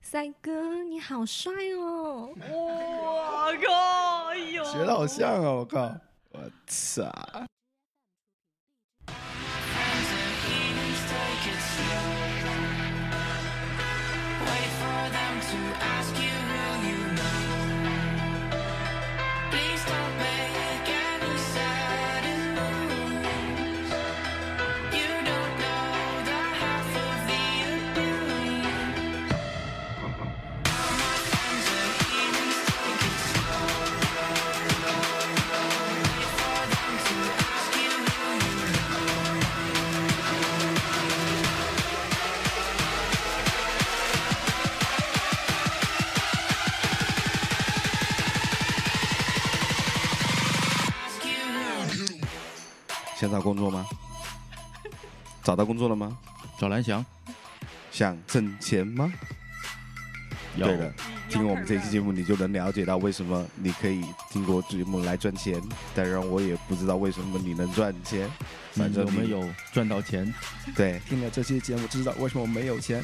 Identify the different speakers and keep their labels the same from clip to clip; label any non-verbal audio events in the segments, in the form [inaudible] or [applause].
Speaker 1: 帅哥，你好帅哦！
Speaker 2: 我靠，哎呦，
Speaker 3: 学的好像啊！我靠，我操！想找工作吗？找到工作了吗？
Speaker 4: 找蓝翔，
Speaker 3: 想挣钱吗？
Speaker 4: 有
Speaker 3: 对的，听我们这期节
Speaker 2: 目，
Speaker 3: 目，你就能了解到为什么你可以通过节目来赚钱。当然，我也不知道为什么你能赚钱，反
Speaker 4: 你
Speaker 3: 正
Speaker 5: 嗯
Speaker 4: 有没
Speaker 3: 你
Speaker 4: 有赚到钱？
Speaker 3: 对
Speaker 5: 听了这期节目，知道为什么我没有钱。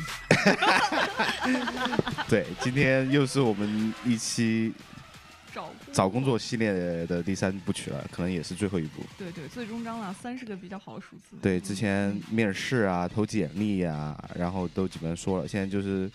Speaker 3: [laughs] 对。今天又是我们一期
Speaker 2: 找
Speaker 3: 找工，作系列的第三部曲了，可能也是最后一部。
Speaker 2: 对对，最终章了，三是个比较好的数字。
Speaker 3: 对，之前面试啊、投简历啊，然后都基本上说了。现在就是，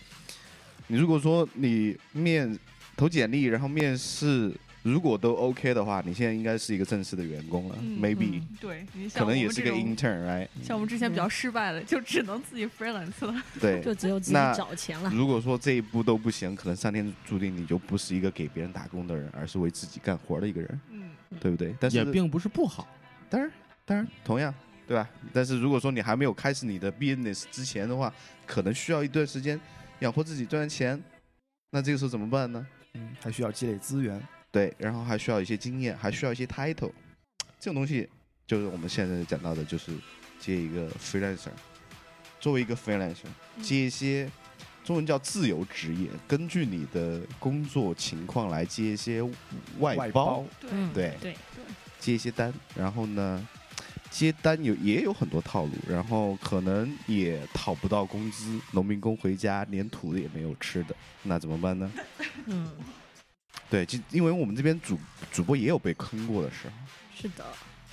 Speaker 3: 你如果说你面投简历，然后面试，如果都 OK 的话，你现在应该是一个正式的员工了、
Speaker 2: 嗯
Speaker 3: m a y b e
Speaker 2: 嗯对，你
Speaker 3: 可
Speaker 2: 像
Speaker 3: 能
Speaker 2: 我
Speaker 3: 也
Speaker 2: 们
Speaker 3: 是
Speaker 2: 这
Speaker 3: 个
Speaker 2: 种
Speaker 3: 嗯 intern，right？
Speaker 2: 像我们之前比较失败的，就只能自己 freelance 了。
Speaker 3: 对。
Speaker 1: 就只有自己
Speaker 3: 那
Speaker 1: 找钱
Speaker 2: 啊
Speaker 1: 了。
Speaker 3: 如果说这一步都不行，可能上天注定你就不是一个给别人打工的人，而是为自己干活的一个人，
Speaker 2: 嗯，
Speaker 3: 对不对？但是
Speaker 4: 也并不是不好。
Speaker 3: 当然，当然，同样，对吧？但是如果说你还没有开始你的 business 之前的话，可能需要一段时间养活自己赚钱，那这个时候怎么办呢？
Speaker 5: 嗯，还需要积累资源。
Speaker 3: 对，然后还需要一些经验，还需要一些 title，这种东西就是我们现在讲到的，就是接一个 freelancer，作为一个 freelancer，接一些中文叫自由职业，根据你的工作情况来接一些外
Speaker 5: 外
Speaker 3: 包 [laughs]
Speaker 5: 包，
Speaker 2: 对，
Speaker 1: 嗯，
Speaker 3: 对
Speaker 1: 对，
Speaker 3: 接一些单，然后呢，接单有也有很多套路，然后可能也讨不到工资，农民工回家连土也没有吃的，那怎么办呢？
Speaker 1: 嗯，
Speaker 3: 对，就因为我们这边主主播也有被坑过的时候，
Speaker 1: 是的，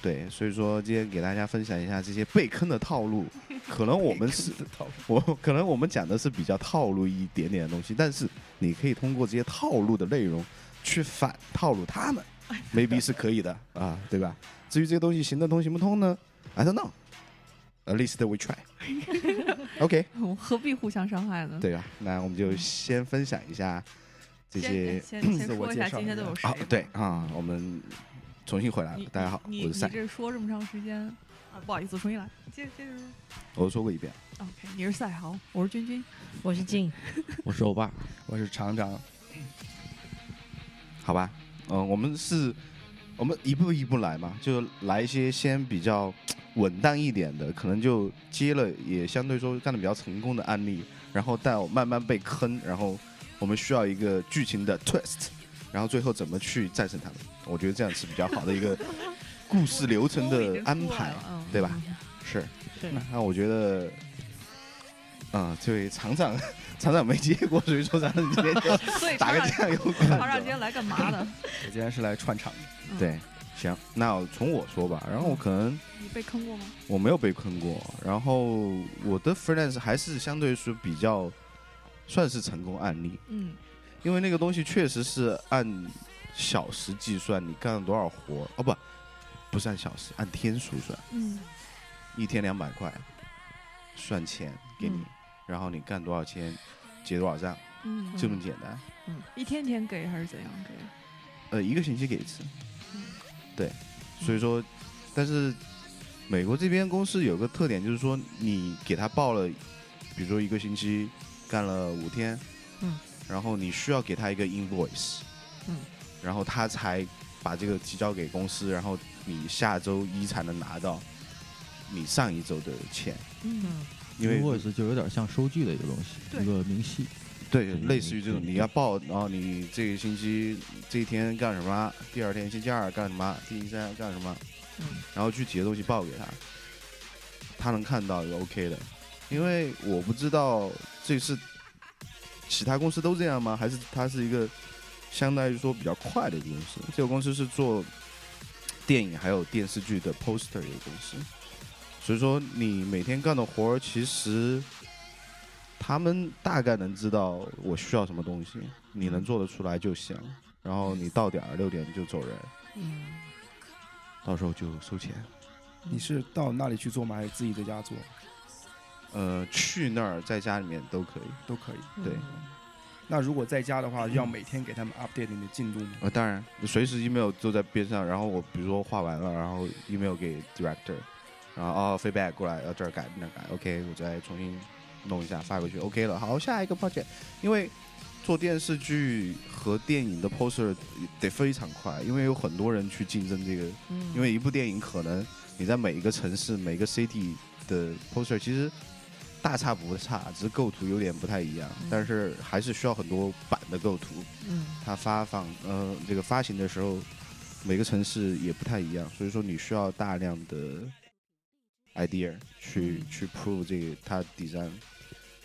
Speaker 3: 对，所以说今天给大家分享一下这些被坑的套
Speaker 2: [laughs]
Speaker 3: 路，可能我们是
Speaker 5: 套路
Speaker 3: 我可能我们讲的是比较套路一点点的东西，但是你可以通过这些套路的内容去反套路
Speaker 2: [laughs]
Speaker 3: 他们，maybe 是可以的啊，对吧？至于这个东西行得通行不通呢，I don't know。At least we try 。OK，
Speaker 2: [laughs] 我们何必互相伤害呢？
Speaker 3: 对吧？啊那我们就先分享一下这些 [clears throat]
Speaker 2: 先先先
Speaker 5: 自我
Speaker 2: 说一
Speaker 5: 介
Speaker 2: 下
Speaker 5: 绍
Speaker 2: 今天
Speaker 5: 一
Speaker 2: 都
Speaker 5: 下
Speaker 2: 有谁
Speaker 3: 啊
Speaker 2: 吧？，
Speaker 3: 对啊，我们重新回来了
Speaker 2: 你，。
Speaker 3: 啊大家好，
Speaker 2: 你
Speaker 3: 我是
Speaker 2: 你
Speaker 3: 赛，
Speaker 2: 这说这么长时间啊，不好意思，重新来，接着接着说。
Speaker 3: 我都说过一遍。
Speaker 2: OK，你是赛豪，我是君君。
Speaker 1: 我是静，
Speaker 4: 我是欧巴，
Speaker 5: 我是厂长，
Speaker 3: 好吧，嗯、我们是，我们一步一步来嘛，就来一些先比较稳当一点的，可能就接了也相对说干的比较成功的案例，然后但我慢慢被坑，然后我们需要一个剧情的 twist，然后最后怎么去战胜他们，我觉得这样是比较好的一个故事流程的安排，
Speaker 2: 嗯，
Speaker 3: 对吧？是，
Speaker 1: 是
Speaker 3: 那那我觉得，啊、这位厂长，厂长没接过，所以说咱们今天就
Speaker 2: 所以
Speaker 3: 打
Speaker 2: 厂
Speaker 3: 个
Speaker 2: 长，
Speaker 3: 酱油看着
Speaker 2: 厂长今天来干嘛的？
Speaker 5: 我今天是来串场的。
Speaker 2: 嗯，
Speaker 3: 对，行，那我从我说吧。然后我可能
Speaker 2: 你被坑过吗？
Speaker 3: 我没有被坑过，然后我的 freelance 还是相对说比较算是成功案例，
Speaker 2: 嗯，
Speaker 3: 因为那个东西确实是按小时计算，你干了多少活哦，不，不是按小时，按天数算，
Speaker 2: 嗯，
Speaker 3: 一天两百块，算钱给你，
Speaker 1: 嗯
Speaker 3: 然后你干多少钱，结多少账，
Speaker 2: 嗯，
Speaker 3: 就这么简单。
Speaker 2: 一天天给还是怎样给？
Speaker 3: 呃，一个星期给一次
Speaker 2: 嗯。
Speaker 3: 对，所以说，但是美国这边公司有个特点，就是说你给他报了，比如说一个星期干了五天，
Speaker 1: 嗯，
Speaker 3: 然后你需要给他一个 invoice，
Speaker 1: 嗯，
Speaker 3: 然后他才把这个提交给公司，然后你下周一才能拿到你上一周的钱，
Speaker 1: 嗯，
Speaker 3: 因为
Speaker 4: invoice 就有点像收据的一个东西，
Speaker 2: 对
Speaker 4: 一个明细。
Speaker 3: 对，
Speaker 4: 嗯
Speaker 3: 类似于这种，
Speaker 4: 嗯
Speaker 3: 你要报，然后你这个星期这一天干什么，第二天星期二干什么，星期三干什么，
Speaker 1: 嗯
Speaker 3: 然后具体的东西报给他，他能看到就 OK 的，因为我不知道这是其他公司都这样吗？还是它是一个相当于说比较快的一个公司？这个公司是做电影还有电视剧的 poster 的一个公司，所以说你每天干的活儿，其实他们大概能知道我需要什么东西，你能做得出来就行，然后你到点儿六点就走人，
Speaker 1: 嗯，
Speaker 3: 到时候就收钱。
Speaker 5: 你是到那里去做吗？还是自己在家做？
Speaker 3: 呃，去那儿在家里面都可以。
Speaker 5: 都可以。
Speaker 3: 对
Speaker 5: 那如果在家的话，要每天给他们 update 你的进度吗？
Speaker 3: 呃，当然，随时 email 就在边上，然后我比如说画完了，然后 email 给 director，然后哦 feedback 过来，要这儿改那儿改，OK，我再重新弄一下发过去，OK 了，好，下一个 project，因为做电视剧和电影的 poster 得非常快，因为有很多人去竞争这个，
Speaker 1: 嗯
Speaker 3: 因为一部电影可能你在每一个城市、每个 city 的 poster 其实大差不差，只是构图有点不太一样，但是还是需要很多版的构图。
Speaker 1: 嗯
Speaker 3: 它发放呃这个发行的时候，每个城市也不太一样，所以说你需要大量的 idea 去、
Speaker 1: 嗯
Speaker 3: 去 prove 这个它的 design，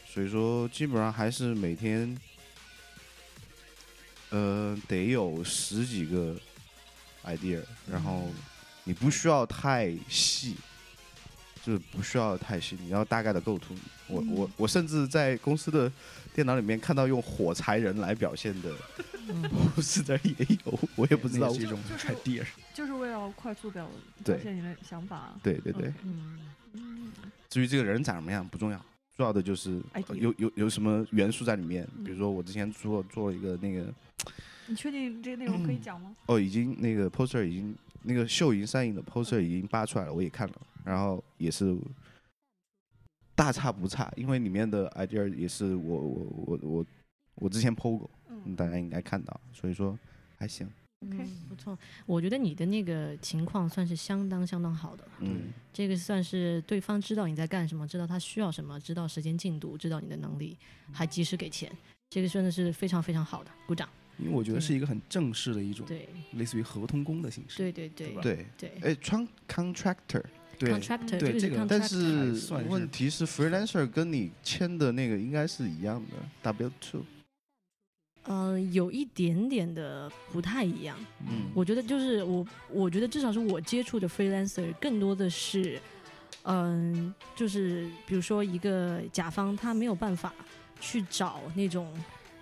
Speaker 3: 所以说基本上还是每天，呃得有十几个 idea，然后你不需要太细。就是不需要太细，你要大概的构图。我、我我甚至在公司的电脑里面看到用火柴人来表现的 [laughs]
Speaker 1: 嗯，
Speaker 3: 不是的也有，我也不知道
Speaker 5: 那也。是一种
Speaker 2: 就是
Speaker 5: idea。
Speaker 2: 就是为了快速表表
Speaker 3: 对
Speaker 2: 现你的想法。
Speaker 3: 对对对，
Speaker 1: 嗯，
Speaker 2: 嗯，
Speaker 3: 至于这个人长什么样不重要，重要的就是呃
Speaker 2: idea
Speaker 3: 有有有什么元素在里面。
Speaker 2: 嗯
Speaker 3: 比如说我之前做做了一个那个
Speaker 2: 你确定这个内容可以讲吗？
Speaker 3: 哦，已经那个 poster 已经那个秀已经上映的 poster 已经扒出来了，我也看了，然后也是大差不差，因为里面的 idea 也是我我我我我之前 PO 过，
Speaker 2: 嗯，
Speaker 3: 大家应该看到，所以说还行，
Speaker 2: OK
Speaker 1: 嗯不错。我觉得你的那个情况算是相当相当好的了，
Speaker 3: 嗯，
Speaker 1: 这个算是对方知道你在干什么，知道他需要什么，知道时间进度，知道你的能力，还及时给钱，这个真的是非常非常好的，鼓掌。
Speaker 5: 因为我觉得
Speaker 1: 对
Speaker 5: 是一个很正式的一种，
Speaker 1: 对
Speaker 5: 类似于合同工的形式。
Speaker 1: 对对对
Speaker 3: 对，
Speaker 1: 对
Speaker 3: 哎，穿 contractor。
Speaker 5: 对
Speaker 1: contractor 这个
Speaker 5: 对这
Speaker 1: 是
Speaker 5: 个
Speaker 1: contractor，
Speaker 3: 但是
Speaker 5: 还算是
Speaker 3: 问题是，freelancer 跟你签的那个应该是一样的，W two。
Speaker 1: 呃，有一点点的不太一样。
Speaker 3: 嗯
Speaker 1: 我觉得就是我，我觉得至少是我接触的 freelancer 更多的是，嗯、就是比如说一个甲方他没有办法去找那种，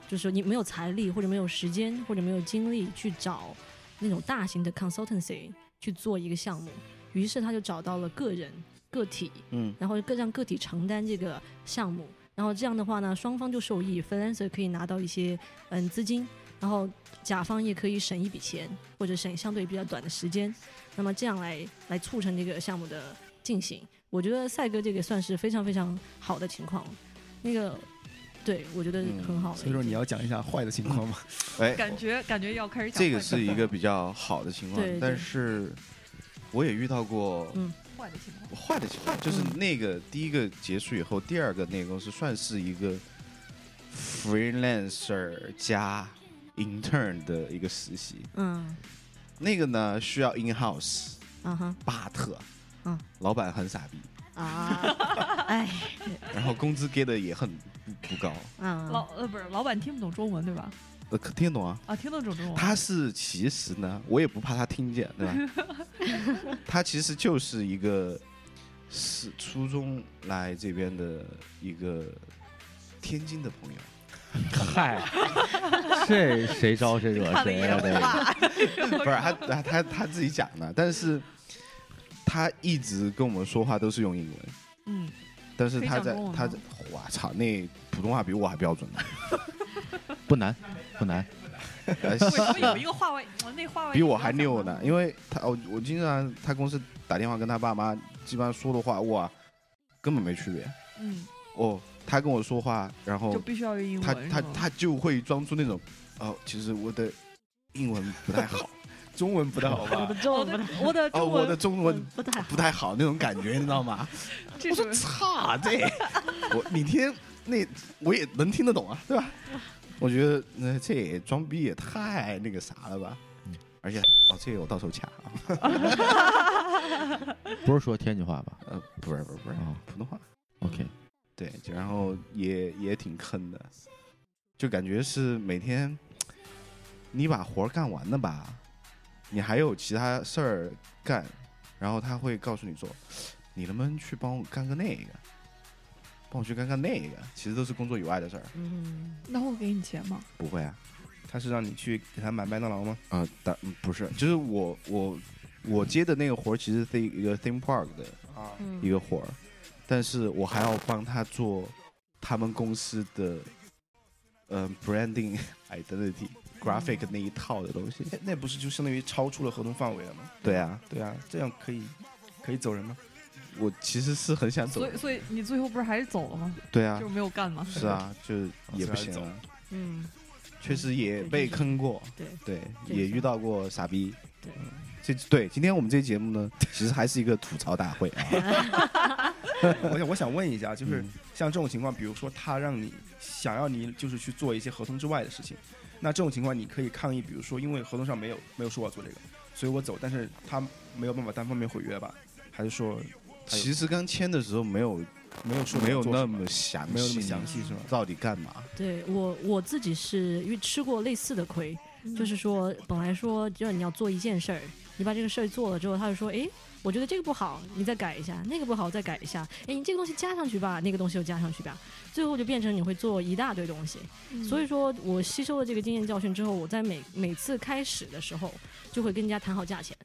Speaker 1: 就是你没有财力或者没有时间或者没有精力去找那种大型的 consultancy 去做一个项目，于是他就找到了个人个体，
Speaker 3: 嗯
Speaker 1: 然后各让个体承担这个项目，然后这样的话呢，双方就受益，freelancer 可以拿到一些嗯资金，然后甲方也可以省一笔钱，或者省相对比较短的时间，那么这样来来促成这个项目的进行。我觉得赛哥这个算是非常非常好的情况，那个对我觉得
Speaker 3: 嗯
Speaker 1: 很好了已经、
Speaker 5: 所以说你要讲一下坏的情况吗？
Speaker 3: 哎，
Speaker 2: 感觉感觉要开始讲
Speaker 3: 这个
Speaker 2: 坏的
Speaker 3: 是一个比较好的情况
Speaker 1: 对，
Speaker 3: 但
Speaker 1: 对
Speaker 3: 是我也遇到过
Speaker 1: 嗯
Speaker 2: 坏的情况。
Speaker 3: 坏的情况，就是那个第一个结束以后，第二个那个公司算是一个 freelancer 加 intern 的一个实习，
Speaker 1: 嗯
Speaker 3: 那个呢需要 in house，
Speaker 1: 啊哈
Speaker 3: 巴特，
Speaker 1: 嗯，
Speaker 3: 老板很傻逼，
Speaker 1: [laughs] 啊哎
Speaker 3: 然后工资给的也很不不高，
Speaker 1: 啊 [laughs]
Speaker 2: 老呃不是老板听不懂中文对吧？
Speaker 3: 呃，可听得懂啊？
Speaker 2: 啊，听得懂中文。
Speaker 3: 他是其实呢，我也不怕他听见，对吧？ [laughs] 他其实就是一个是初中来这边的一个天津的朋友，
Speaker 4: 嗨，这谁招谁惹
Speaker 2: 看了一
Speaker 4: 谁了？
Speaker 2: 眼我
Speaker 4: 这个
Speaker 2: 爸，
Speaker 3: [laughs] 不是他他他他自己讲的，但是他一直跟我们说话都是用英文，
Speaker 2: [laughs] 嗯，
Speaker 3: 但是
Speaker 2: 可以
Speaker 3: 他
Speaker 2: 讲
Speaker 3: 在
Speaker 2: 中文吗
Speaker 3: 他在，我操，那普通话比我还标
Speaker 2: [laughs]
Speaker 3: 准呢，
Speaker 4: 不难，不难。
Speaker 3: 呃
Speaker 2: 为什么有一个话外，我那话外
Speaker 3: 比我还溜呢
Speaker 2: 呢，，
Speaker 3: 因为他我我经常他公司打电话跟他爸妈，基本上说的话哇，根本没区别。
Speaker 2: 嗯，
Speaker 3: 哦，他跟我说话，然
Speaker 2: 就
Speaker 3: 后
Speaker 2: 必须要用英
Speaker 3: 他
Speaker 2: 文。
Speaker 3: 他
Speaker 2: 是吗
Speaker 3: 他就会装出那种，哦，其实我的英文不太
Speaker 2: [laughs]
Speaker 3: 好，
Speaker 5: 嗯中文不太好 [laughs]
Speaker 1: 我
Speaker 5: 吧
Speaker 1: 的？中
Speaker 2: 我
Speaker 1: 文
Speaker 2: 的我的
Speaker 3: 哦，
Speaker 2: 中
Speaker 3: 我的
Speaker 2: 文，
Speaker 3: 中
Speaker 1: 不
Speaker 3: 文
Speaker 1: 太不太好
Speaker 3: 不太好那种感觉，你知
Speaker 2: [laughs]
Speaker 3: 道吗？
Speaker 2: 这
Speaker 3: 我说
Speaker 2: 是
Speaker 3: 差
Speaker 2: [laughs]
Speaker 3: 这，我你听那我也能听得懂啊，对吧？我觉得那、这也装逼也太那个啥了吧
Speaker 4: 嗯，
Speaker 3: 而且哦，这个我到时候掐啊，
Speaker 4: 不是说天津话吧？
Speaker 3: 呃，不是不是不是
Speaker 4: 哦
Speaker 3: 普通话，
Speaker 4: ，OK，
Speaker 3: 对，然后也也挺坑的，就感觉是每天你把活儿干完了吧，你还有其他事儿干，然后他会告诉你说，你能不能去帮我干个那个，帮我去干干那个，其实都是工作以外的事儿。
Speaker 1: 嗯，
Speaker 2: 那我给你钱吗？
Speaker 3: 不会啊，
Speaker 5: 他是让你去给他买麦当劳吗？
Speaker 3: 啊，但嗯不是，就是我我我接的那个活儿，其实是一个 theme park 的
Speaker 5: 啊，
Speaker 3: 一
Speaker 1: 嗯
Speaker 3: 个活儿，但是我还要帮他做他们公司的呃 branding [laughs] identity graphic 那一套的东西。
Speaker 2: 嗯
Speaker 5: 那那不是就相当于超出了合同范围了吗？
Speaker 3: 对啊，
Speaker 5: 对啊，这样可以可以走人吗？
Speaker 3: 我其实是很想走
Speaker 2: 所以，所以你最后不是还是走了吗？
Speaker 3: 对啊
Speaker 2: 就，是没有干吗？
Speaker 3: 是啊，
Speaker 5: 哦
Speaker 3: 就是也不行
Speaker 5: 走
Speaker 3: 啊，
Speaker 1: 嗯，
Speaker 3: 确实也被坑过，
Speaker 1: 对
Speaker 3: 对，
Speaker 1: 正
Speaker 3: 也
Speaker 1: 常
Speaker 3: 遇到过傻逼。
Speaker 1: 对
Speaker 3: 嗯，这对今天我们这节目呢，其实还是一个吐槽大会
Speaker 2: [laughs]
Speaker 3: 啊，
Speaker 5: 我想我想问一下，就
Speaker 3: 就是是
Speaker 5: 像这种情况，比如说他让你想要你就是去做一些合同之外的事情，那这种情况你可以抗议，比如说因为合同上没有没有说我要做这个，所以我走，但是他没有办法单方面毁约吧？还是说
Speaker 3: 其实刚签的时候没有
Speaker 5: 没有说
Speaker 3: 没有
Speaker 5: 我要做
Speaker 3: 那
Speaker 5: 什
Speaker 3: 么详细，
Speaker 5: 没有那么详细是吧？
Speaker 3: 到底干嘛？
Speaker 1: 对我我自己是因为吃过类似的亏，就是说本来说就是你要做一件事儿，你把这个事儿做了之后，他就说，诶，我觉得这个不好，你再改一下；那个不好，再改一下。诶，你这个东西加上去吧，那个东西又加上去吧，最后就变成你会做一大堆东西。所以说我吸收了这个经验教训之后，我在每每次开始的时候，就会跟人家谈好价钱，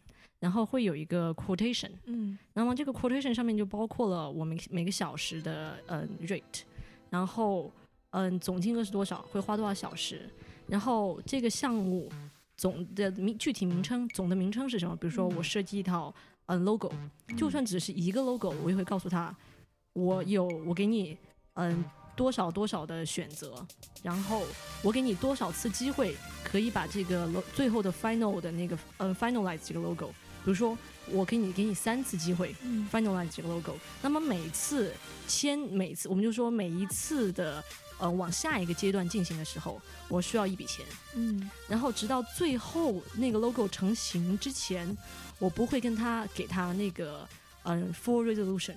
Speaker 1: 然后会有一个 quotation，
Speaker 2: 嗯
Speaker 1: 那么这个 quotation 上面就包括了我们每个小时的嗯 rate，然后嗯总金额是多少，会花多少小时，然后这个项目总的名具体名称总的名称是什么？比如说我设计一套嗯 logo，就算只是一个 logo，我也会告诉他我有我给你嗯多少多少的选择，然后我给你多少次机会可以把这个 lo- 最后的 final 的那个嗯 finalize 这个 logo，比如说我给你给你三次机会，
Speaker 2: 嗯
Speaker 1: finalize 这个 logo。那么每次签，每次我们就说每一次的呃往下一个阶段进行的时候，我需要一笔钱，
Speaker 2: 嗯
Speaker 1: 然后直到最后那个 logo 成型之前，我不会跟他给他那个嗯、full resolution，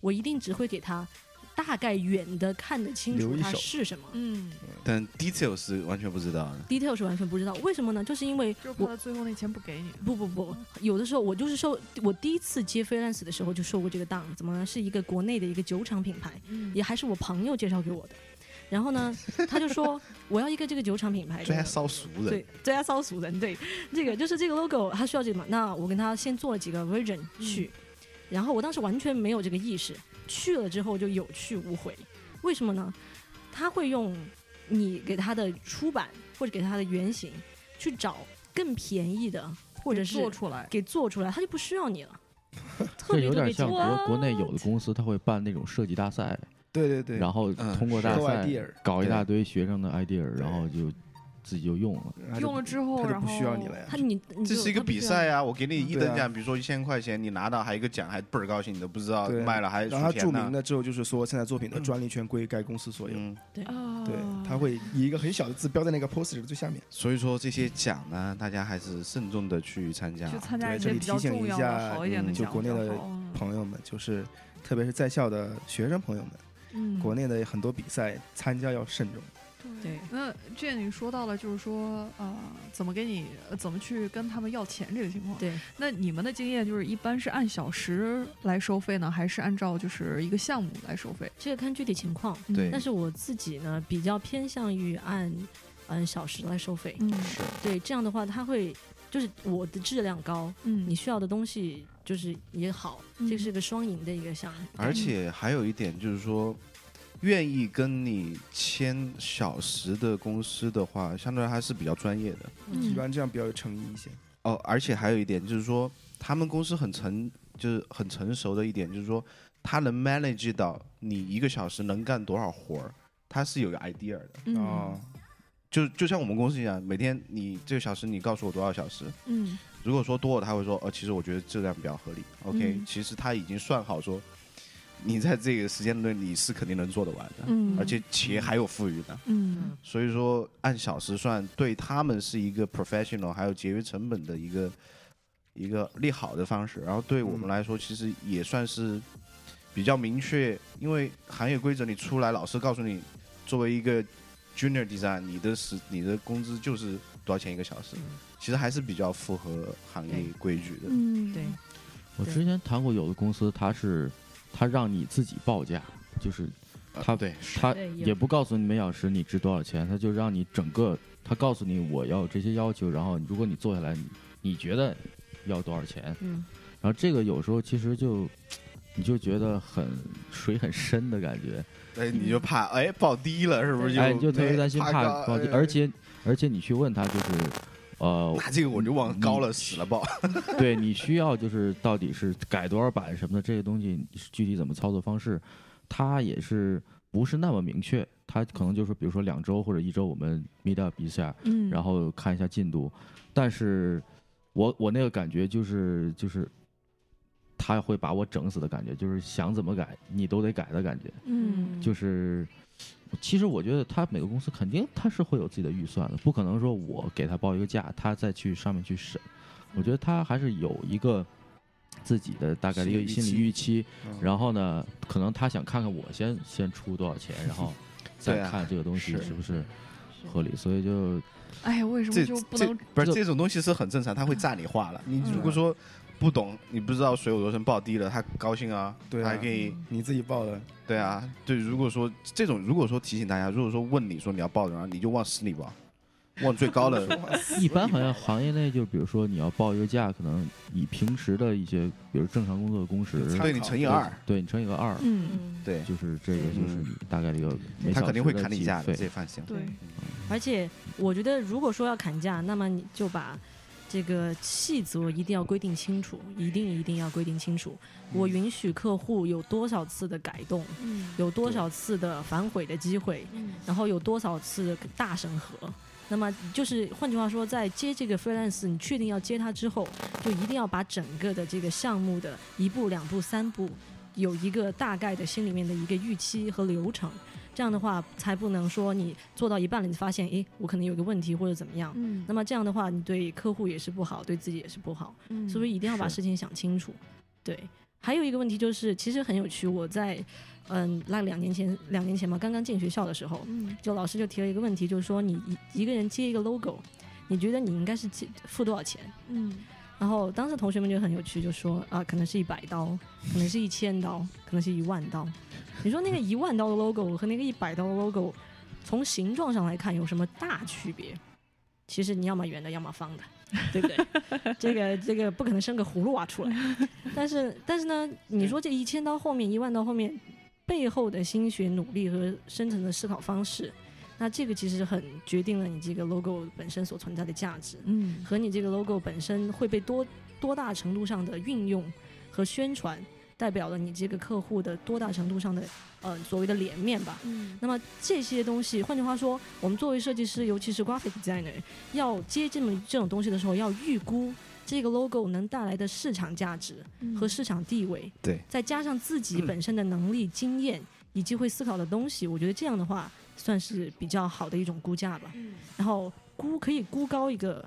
Speaker 1: 我一定只会给他大概远的看得清楚
Speaker 5: 留一
Speaker 1: 它
Speaker 5: 手
Speaker 1: 是什么。
Speaker 2: 嗯，
Speaker 3: 但 detail 是完全不知道的。
Speaker 1: detail 是完全不知道，为什么呢？就是因为
Speaker 2: 就是怕
Speaker 1: 我
Speaker 2: 他最后那钱不给你。
Speaker 1: 不不不，有的时候我就是受我第一次接 freelance 的时候就受过这个当，怎么呢？是一个国内的一个酒厂品牌，
Speaker 2: 嗯
Speaker 1: 也还是我朋友介绍给我的。然后呢，他就说 [laughs] 我要一个这个酒厂品牌
Speaker 3: 最爱
Speaker 1: 的，
Speaker 3: 烧熟人，
Speaker 1: 对，最爱骚俗人，对，这个就是这个 logo，他需要这个嘛。那我跟他先做了几个 version
Speaker 3: 嗯
Speaker 1: 去，然后我当时完全没有这个意识，去了之后就有去无回。为什么呢？他会用你给他的出版或者给他的原型去找更便宜的，或者是
Speaker 2: 做出来，
Speaker 1: 给做出来，他就不需要你
Speaker 3: [laughs]
Speaker 1: 了。特
Speaker 6: 这
Speaker 1: 别
Speaker 6: 有
Speaker 1: 特别
Speaker 6: 点
Speaker 1: 简
Speaker 6: 像
Speaker 1: 单，
Speaker 2: 啊
Speaker 6: 国国内有的公司，他会办那种设计大赛，
Speaker 5: 对对对，
Speaker 6: 然后
Speaker 3: 嗯
Speaker 6: 通过大
Speaker 5: 是
Speaker 6: 赛
Speaker 5: idea
Speaker 6: 搞一大
Speaker 3: 对
Speaker 6: 堆学生的 idea，
Speaker 5: 对
Speaker 6: 然后就自己就用了。
Speaker 5: 然后就
Speaker 2: 用了之后，
Speaker 5: 他就
Speaker 2: 然
Speaker 5: 不
Speaker 2: 后
Speaker 5: 需要你了呀
Speaker 1: 他。你你
Speaker 3: 这
Speaker 1: 就是
Speaker 3: 一个
Speaker 1: 他不
Speaker 3: 比
Speaker 1: 需要
Speaker 3: 赛
Speaker 1: 你
Speaker 3: 啊！我给你一等
Speaker 5: 对啊
Speaker 3: 奖，比如说一千块钱，你拿到还有一个奖，还倍儿高兴，你都不知道
Speaker 5: 对
Speaker 3: 卖了还
Speaker 5: 然后
Speaker 3: 数
Speaker 5: 他注
Speaker 3: 钱
Speaker 5: 明
Speaker 3: 呢。
Speaker 5: 了之后，就是说现在作品的专利权归该公司所有。
Speaker 3: 嗯，
Speaker 2: 啊，
Speaker 5: 对，他会以一个很小的字标在那个 poster 的最下面。
Speaker 3: 所以说这些奖呢，大家还是慎重的去参加
Speaker 2: 去。参加
Speaker 5: 对
Speaker 2: 一
Speaker 5: 这
Speaker 2: 些
Speaker 5: 里
Speaker 2: 比较重
Speaker 5: 提醒一
Speaker 2: 要
Speaker 5: 下
Speaker 2: 的、好一点的
Speaker 3: 嗯
Speaker 5: 就
Speaker 2: 奖
Speaker 5: 国内
Speaker 2: 比较
Speaker 5: 的
Speaker 2: 好
Speaker 5: 朋友们，就是特别是在校的学生朋友们，
Speaker 2: 嗯，
Speaker 5: 国内的很多比赛参加要慎重。
Speaker 1: 对
Speaker 2: 那这样你说到了，就是说，呃，怎么给你，呃怎么去跟他们要钱这个情况。
Speaker 1: 对，
Speaker 2: 那你们的经验就是，一般是按小时来收费呢，还是按照就是一个项目来收费？
Speaker 1: 这个看具体情况。
Speaker 3: 对
Speaker 1: 但是我自己呢，比较偏向于按嗯小时来收费。
Speaker 2: 嗯
Speaker 1: 对，这样的话，它会就是我的质量高，
Speaker 2: 嗯，
Speaker 1: 你需要的东西就是也好，
Speaker 2: 嗯
Speaker 1: 这是个双赢的一个项目。
Speaker 3: 而且还有一点就是说，愿意跟你签小时的公司的话，相对还是比较专业的
Speaker 5: 一
Speaker 2: 嗯
Speaker 5: 般这样比较有诚意一些。
Speaker 3: 哦。而且还有一点就是说，他们公司很成，就是很成熟的一点，就是说他能 manage 到你一个小时能干多少活儿，他是有个 idea 的。
Speaker 2: 嗯
Speaker 5: 哦，
Speaker 3: 就就像我们公司一样，每天你这个小时你告诉我多少小时，
Speaker 2: 嗯
Speaker 3: 如果说多了，他会说，呃，其实我觉得质量比较合理。OK，、
Speaker 2: 嗯
Speaker 3: 其实他已经算好说，你在这个时间内你是肯定能做得完的，
Speaker 2: 嗯，
Speaker 3: 而且且还有富余的。
Speaker 2: 嗯
Speaker 3: 所以说按小时算，对他们是一个 professional，还有节约成本的一个一个利好的方式。然后对我们
Speaker 5: 嗯
Speaker 3: 来说，其实也算是比较明确，因为行业规则你出来，老师告诉你，作为一个 junior design，你的时你的工资就是多少钱一个小时，其实还是比较符合行业规矩的。
Speaker 1: 嗯，
Speaker 2: 对，
Speaker 6: 我
Speaker 1: 对
Speaker 6: 之前谈过有的公司，它是它让你自己报价，就是
Speaker 3: 啊
Speaker 6: 他
Speaker 3: 对
Speaker 6: 他
Speaker 1: 对有
Speaker 6: 也不告诉你每小时你值多少钱，他就让你整个，他告诉你我要这些要求，然后如果你做下来，你你觉得要多少钱，
Speaker 1: 嗯，
Speaker 6: 然后这个有时候其实就你就觉得很水很深的感觉，
Speaker 3: 哎，你就怕哎报低了是不是？
Speaker 6: 哎，你就特别担心
Speaker 3: 怕
Speaker 6: 怕报
Speaker 3: 高
Speaker 6: 价，
Speaker 3: 哎
Speaker 6: 而且而且你去问他就是，呃，
Speaker 3: 那这个我就忘了高了死了报。
Speaker 6: 对你需要就是到底是改多少版什么的，这些东西具体怎么操作方式，它也是不是那么明确。它可能就是比如说两周或者一周我们 meet up 一下，
Speaker 2: 嗯，
Speaker 6: 然后看一下进度。但是我我那个感觉就是就是他会把我整死的感觉，就是想怎么改你都得改的感觉。
Speaker 2: 嗯
Speaker 6: 就是其实我觉得他每个公司肯定他是会有自己的预算的，不可能说我给他报一个价，他再去上面去审。我觉得他还是有一个自己的大概的一个心
Speaker 5: 心理
Speaker 6: 理预期，
Speaker 5: 嗯
Speaker 6: 然后呢，可能他想看看我先先出多少钱，然后
Speaker 3: 对
Speaker 6: 再
Speaker 3: 啊
Speaker 6: 看这个东西
Speaker 3: 是
Speaker 6: 是不是合理。所以就
Speaker 2: 哎呀，为什么
Speaker 3: 这
Speaker 2: 就不
Speaker 3: 这
Speaker 2: 能
Speaker 3: 不是
Speaker 6: 这
Speaker 3: 这种东西是很正常，他会炸你话了。你
Speaker 2: 嗯
Speaker 3: 如果说不懂，你不知道水火流程报低了，他高兴啊，
Speaker 5: 对啊
Speaker 3: 他还可以，
Speaker 2: 嗯
Speaker 5: 你自己报的，
Speaker 3: 对啊，对。如果说这种，如果说提醒大家，如果说问你说你要报多少，你就往死
Speaker 2: [laughs]
Speaker 3: 里报，往最高
Speaker 5: [laughs]
Speaker 3: 的
Speaker 2: 嗯
Speaker 6: 一般好像行业内就比如说你要报一个价，可能以平时的一些，比如正常工作的工时，
Speaker 5: 就参
Speaker 3: 对你乘以二，
Speaker 6: 对你乘以个二，
Speaker 2: 嗯，
Speaker 1: 嗯，
Speaker 3: 对
Speaker 6: 就是这个就是
Speaker 3: 嗯
Speaker 6: 你大概的一个每小时的计费，
Speaker 3: 他肯定会砍你价的，这放心。
Speaker 2: 对，
Speaker 1: 而且我觉得，如果说要砍价，那么你就把这个细则一定要规定清楚，一定一定要规定清楚。我
Speaker 6: 嗯
Speaker 1: 允许客户有多少次的改动，
Speaker 2: 嗯，
Speaker 1: 有多少次的反悔的机会，然后有多少次大审核。那么就是换句话说，在接这个 freelance，你确定要接它之后，就一定要把整个的这个项目的一步、两步、三步，有一个大概的心里面的一个预期和流程。这样的话，才不能说你做到一半了，你发现，诶，我可能有个问题或者怎么样。
Speaker 2: 嗯，
Speaker 1: 那么这样的话，你对客户也是不好，对自己也是不好。
Speaker 2: 嗯
Speaker 1: 所以一定要把
Speaker 6: 是
Speaker 1: 事情想清楚。对，还有一个问题就是，其实很有趣，我在嗯，那两年前，两年前嘛，刚刚进学校的时候，
Speaker 2: 嗯
Speaker 1: 就老师就提了一个问题，就是说你一一个人接一个 logo，你觉得你应该是接付多少钱？
Speaker 2: 嗯
Speaker 1: 然后当时同学们就很有趣，就说啊，可能是一百刀，可能是一千刀，可能是一万刀。你说那个一万刀的 logo 和那个一百刀的 logo，从形状上来看有什么大区别？其实你要么圆的，要么方的，对不对？ [laughs] 这个这个不可能生个葫芦娃出来。但是但是呢，你说这一千刀后面，一万刀后面背后的心血、努力和深层的思考方式，那这个其实很决定了你这个 logo 本身所存在的价值。
Speaker 2: 嗯
Speaker 1: 和你这个 logo 本身会被多多大程度上的运用和宣传，代表了你这个客户的多大程度上的呃所谓的脸面吧。
Speaker 2: 嗯
Speaker 1: 那么这些东西，换句话说，我们作为设计师，尤其是 graphic designer，要接这么这种东西的时候，要预估这个 logo 能带来的市场价值，
Speaker 2: 嗯
Speaker 1: 和市场地位，
Speaker 3: 对，
Speaker 1: 再加上自己本身的能力、经验以及会思考的东西，我觉得这样的话算是比较好的一种估价吧。然后估可以估高一个，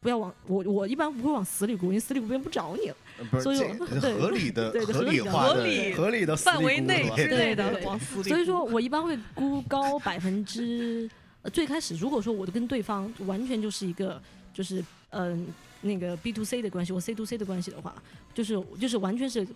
Speaker 1: 不要往我我一般不会往死里估，因为死里估别人不找你了。
Speaker 3: 不是
Speaker 1: 所以
Speaker 3: 这
Speaker 1: 我
Speaker 2: [laughs]
Speaker 3: 这合理的
Speaker 1: 对对
Speaker 3: 合
Speaker 1: 合
Speaker 3: 理
Speaker 1: 理的
Speaker 3: 化
Speaker 1: 合
Speaker 3: 的
Speaker 1: 理
Speaker 5: 合理的私立
Speaker 2: 范围
Speaker 5: 股
Speaker 2: 内
Speaker 3: 啊
Speaker 5: 是吧
Speaker 2: 之类
Speaker 1: 对
Speaker 2: 的
Speaker 1: 对
Speaker 2: 往死里，
Speaker 1: 所以说我一般会估高 [laughs] 百分之，呃最开始如果说我跟对方完全就是一个就是嗯、那个 B to C 的关系或 C to C 的关系的话，就是就是完全是